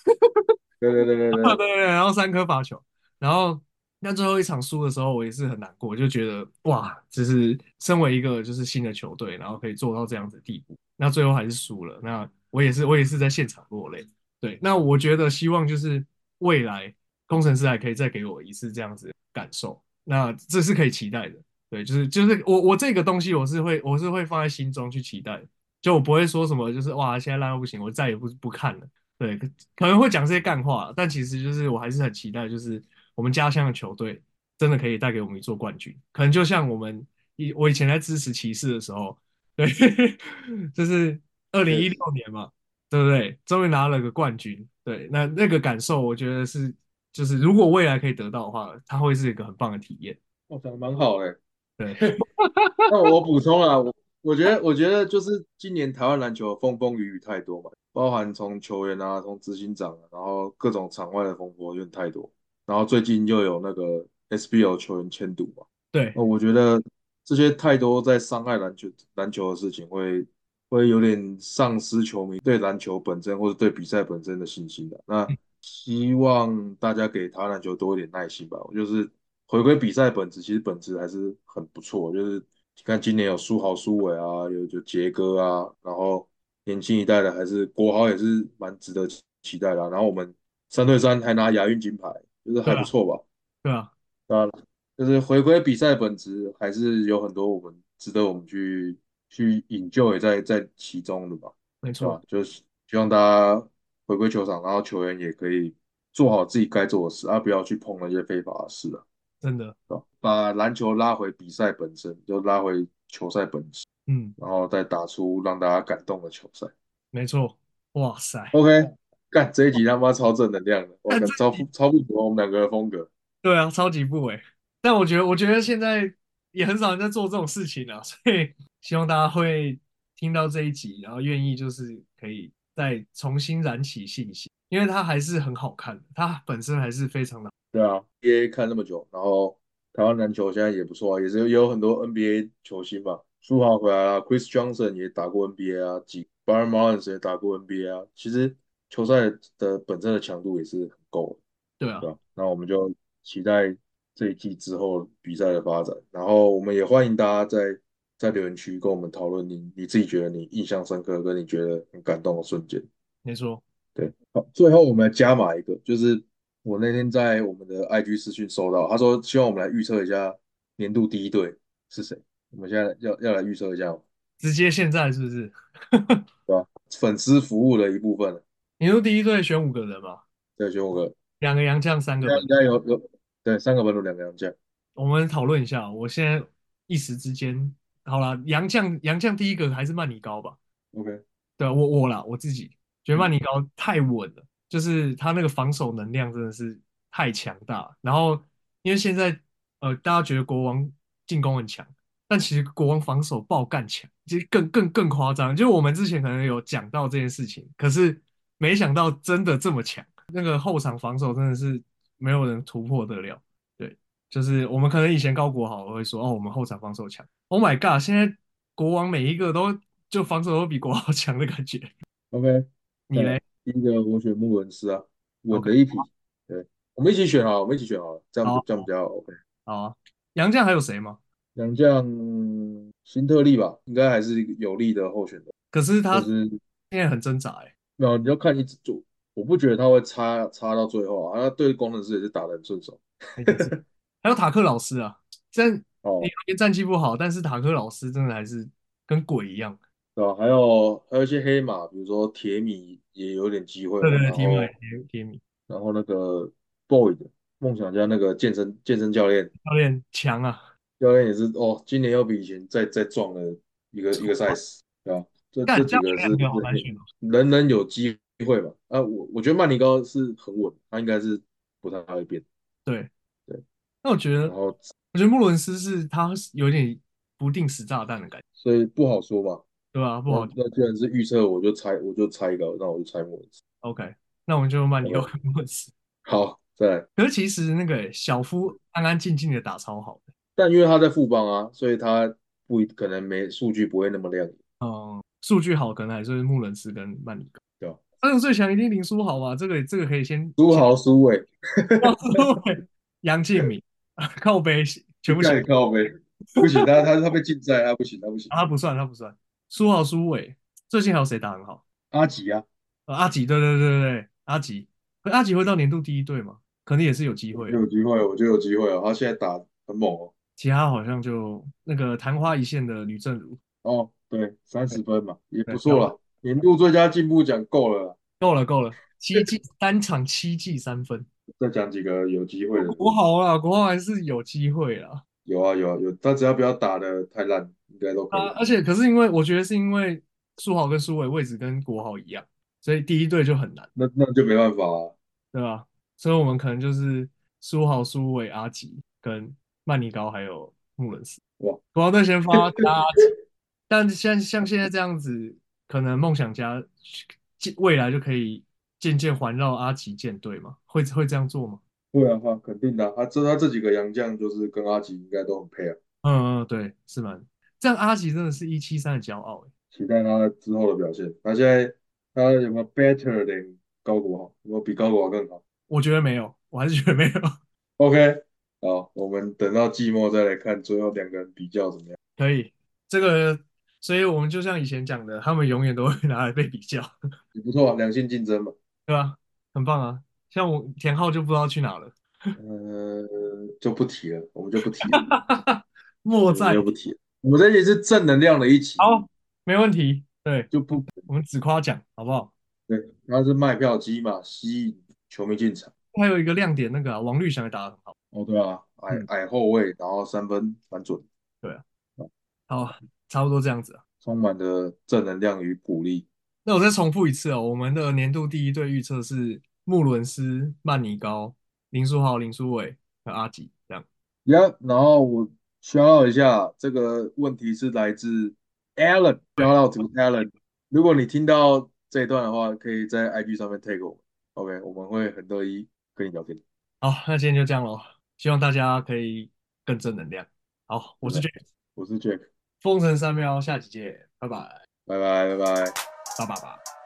S2: 对对对对
S1: 对对
S2: 对，
S1: 对，然后三颗罚球，然后那最后一场输的时候，我也是很难过，我就觉得哇，就是身为一个就是新的球队，然后可以做到这样子的地步，那最后还是输了，那我也是我也是在现场落泪。对，那我觉得希望就是未来工程师还可以再给我一次这样子的感受，那这是可以期待的。对，就是就是我我这个东西我是会我是会放在心中去期待的，就我不会说什么就是哇现在烂到不行，我再也不不看了。对，可可能会讲这些干话，但其实就是我还是很期待，就是我们家乡的球队真的可以带给我们一座冠军。可能就像我们以我以前在支持骑士的时候，对， 就是二零
S2: 确
S1: 一
S2: 实，
S1: 六年嘛，对不对？终于拿了个冠军，对，那那个感受，我觉得是就是如果未来可以得到的话，它会是一个很棒的体验。
S2: 我哦讲的蛮好的。
S1: 对，
S2: 那我补充了，我我觉得，我觉得就是今年台湾篮球风风雨雨太多嘛，包含从球员啊，从执行长啊，然后各种场外的风波有点太多，然后最近又有那个 SBL 球员迁赌嘛，
S1: 对，
S2: 呃那我觉得这些太多在伤害篮球篮球的事情会，会有点丧失球迷对篮球本身或者对比赛本身的信心的。
S1: 嗯
S2: 那希望大家给台湾篮球多一点耐心吧。我就是回归比赛本质，其实本质还是很不错。就是你看今年有苏豪、苏伟啊，有有杰哥啊，然后年轻一代的还是国豪也是蛮值得期待的啊然后我们三对三还拿亚运金牌，就是
S1: 对
S2: 还不
S1: 啊，
S2: 错吧。
S1: 对啊，
S2: 当然，就是回归比赛本质，还是有很多我们值得我们去去 enjoy 在在其中的吧，
S1: 没
S2: 对啊吧？
S1: 错，
S2: 就是希望大家回归球场，然后球员也可以做好自己该做的事，啊而、不要去碰那些非法的事啊，
S1: 真的，
S2: 对吧？把篮球拉回比赛本身，就拉回球赛本质，
S1: 嗯，
S2: 然后再打出让大家感动的球赛。
S1: 没错，哇塞，
S2: OK，干这一集他妈超正能量的，我
S1: 但
S2: 感
S1: 呃这
S2: 超
S1: 集。
S2: 不超不符合我们两个的风格。
S1: 对啊，超级不稳。但我觉得，我觉得现在也很少人在做这种事情了， 所以希望大家会听到这一集，然后愿意就是可以再重新燃起信心，因为它还是很好看的，它本身还是非常的。
S2: 对啊，NBA 看那么久，然后台湾篮球现在也不错啊，也是也有很多 NBA 球星嘛，苏豪回来了，Chris Johnson 也打过 NBA 啊，几 Byron Mullins 也打过 NBA 啊，其实球赛的本身的强度也是很够的，
S1: 对
S2: 对
S1: 啊，
S2: 吧？那我们就期待这一季之后比赛的发展，然后我们也欢迎大家在在留言区跟我们讨论你你自己觉得你印象深刻跟你觉得很感动的瞬间。
S1: 没错，
S2: 对，好，最后我们来加码一个，就是我那天在我们的 IG 私讯收到，他说希望我们来预测一下年度第一队是谁，我们现在要要来预测一下吗，
S1: 直接现在是不是？
S2: 对吧？粉丝服务的一部分。
S1: 你说第一队选五个人嘛，
S2: 对，选五个，
S1: 两个洋将，三个
S2: 现在
S1: 本
S2: 应
S1: 土。
S2: 该有有对三个本土，两个洋将。
S1: 我们讨论一下，我现在一时之间，好了，洋将洋将第一个还是曼尼高吧？
S2: OK，
S1: 对，啊我我啦，我自己觉得曼
S2: 嗯，
S1: 尼高太稳了，就是他那个防守能量真的是太强大了。然后因为现在呃，大家觉得国王进攻很强，但其实国王防守爆干强，其实更更更夸张。就是我们之前可能有讲到这件事情，可是没想到真的这么强，那个后场防守真的是没有人突破得了。对，就是我们可能以前高国豪会说哦，我们后场防守强。Oh my god！现在国王每一个都就防守都比国豪 强的感觉。
S2: OK，
S1: 你
S2: 再来
S1: 嘞
S2: 第一个我选穆伦斯啊，稳
S1: ？OK，
S2: 的一匹。对，我们一起选啊，我们一起选好了，这样比
S1: 好，
S2: 这样比较 OK。
S1: 好啊。杨绛还有谁吗？
S2: 洋将辛特利吧，应该还是有力的候选人，
S1: 可是
S2: 就
S1: 他
S2: 是
S1: 现在很挣扎哎、
S2: 没有你要看一支就，我不觉得他会差差到最后啊，他对工程师也是打得很顺手。
S1: 欸，也是。 还有塔克老师啊，虽然你
S2: 哦，
S1: 那边战绩不好，但是塔克老师真的还是跟鬼一样。
S2: 对吧？还有还有一些黑马，比如说铁米也有点机会
S1: 对
S2: 嘛，
S1: 对对，
S2: 然
S1: 提米
S2: 后
S1: 提提米
S2: 然后那个 Boy 的梦想家那个健身健身教练。
S1: 教练强啊，
S2: 教练也是哦，今年又比以前再再壮了一个一个 size，对吧？这
S1: 啊干
S2: 这
S1: 这
S2: 几
S1: 样
S2: 个
S1: 的
S2: 是
S1: 两个好难选哦。
S2: 人人有机会吧？啊，我我觉得曼尼高是很稳，他应该是不太会变，
S1: 对，
S2: 对。
S1: 那我觉
S2: 然
S1: 得，
S2: 后
S1: 我觉得穆伦斯是他是有点不定时炸弹的感觉，
S2: 所以不好说嘛。
S1: 对吧？不
S2: 那
S1: 好。
S2: 那既然是预测，我就猜我就猜一个，那我就猜莫里斯，
S1: OK，那我们就慢
S2: 好
S1: 你
S2: 不
S1: 又
S2: 好？
S1: 跟穆伦斯。
S2: 好，再来。
S1: 可是其实那个欸小夫安安静静的打超好的，
S2: 但因为他在富邦啊，所以他不一可能没数据不会那么亮眼，
S1: 嗯，数据好可能还是穆伦斯跟曼尼高。
S2: 对啊吧？
S1: 三十最强一定林书豪吧？这个这个可以先
S2: 苏
S1: 先
S2: 豪苏伟，
S1: 告诉 我杨敬敏，啊靠背全部想
S2: 盖靠呗，不行，他他他被禁赛，他不行，他不行。
S1: 啊，他不算他不算，书豪苏伟最近还有谁打很好？
S2: 阿吉啊，
S1: 呃阿吉对对对对对，阿吉，可阿吉会到年度第一队吗？可能也是有机
S2: 我
S1: 会
S2: 觉得
S1: 哦。
S2: 有机会，我觉得有机会哦。他现在打很猛哦。
S1: 其他好像就那个昙花一现的吕正如，
S2: 哦，对，三
S1: 对
S2: 十分嘛，也
S1: 对，
S2: 不
S1: 不要
S2: 错了。年度最佳进步奖够了啦，
S1: 够了够了，七记单场七记三分，
S2: 再讲几个有机会的。
S1: 国豪啦，国豪还是有机会啦。
S2: 有啊有啊有，他只要不要打的太烂，应该都可
S1: 啊，
S2: 以。
S1: 而且可是因为我觉得是因为苏豪跟苏伟位置跟国豪一样，所以第一队就很难，
S2: 那那就没办法啊。
S1: 对吧？所以我们可能就是苏豪、苏伟、阿吉跟曼尼高还有穆伦斯，
S2: 哇，
S1: 国豪队先发加阿吉，但像像现在这样子，可能梦想家渐未来就可以渐渐环绕阿吉建队嘛？会会这样做吗？
S2: 会啊，他肯定的啊。他这他这几个洋将就是跟阿吉应该都很配啊，
S1: 嗯嗯，对，是蛮这样。阿吉真的是一七三的骄傲欸
S2: 期待他之后的表现。他现在他有没有 better than 高国豪？有没有比高国豪更好
S1: 我觉得没有，我还是觉得没有。
S2: ？OK，好，我们等到季末再来看最后两个人比较怎么样。
S1: 可以， 这个，所以我们就像以前讲的，他们永远都会拿来被比较，
S2: 也不错啊，良性竞争嘛。
S1: 对吧？很棒啊！像我田浩就不知道去哪了，
S2: 呃，就不提了，我们就不提了，
S1: 莫
S2: 我们
S1: 在
S2: 就不提了。我们这也是正能量的一期，
S1: 好，没问题。对，
S2: 就不
S1: 我们只夸奖，好不好？
S2: 对，它是卖票机嘛，吸引球迷进场。
S1: 还有一个亮点，那个啊，王绿翔也打得很好。
S2: 哦，对啊，矮
S1: 嗯，
S2: 矮后卫，然后三分蛮准，
S1: 对啊，好，差不多这样子啊。
S2: 充满了正能量与鼓励。
S1: 那我再重复一次哦，我们的年度第一队预测是穆伦斯、曼尼高、林书豪、林书伟和阿吉这样。
S2: y 然后我 shout out 一下，这个问题是来自 Alan，shout out to Alan。如果你听到这一段的话，可以在 IG 上面 tag 我们，OK，我们会很乐意跟你聊天，
S1: 好，那今天就这样喽，希望大家可以更正能量。好，我
S2: 真
S1: 是
S2: 的。
S1: Jack。
S2: 我是 Jack，
S1: 封神三喵，下期见，拜拜，
S2: 拜拜，拜拜。
S1: 拜拜拜。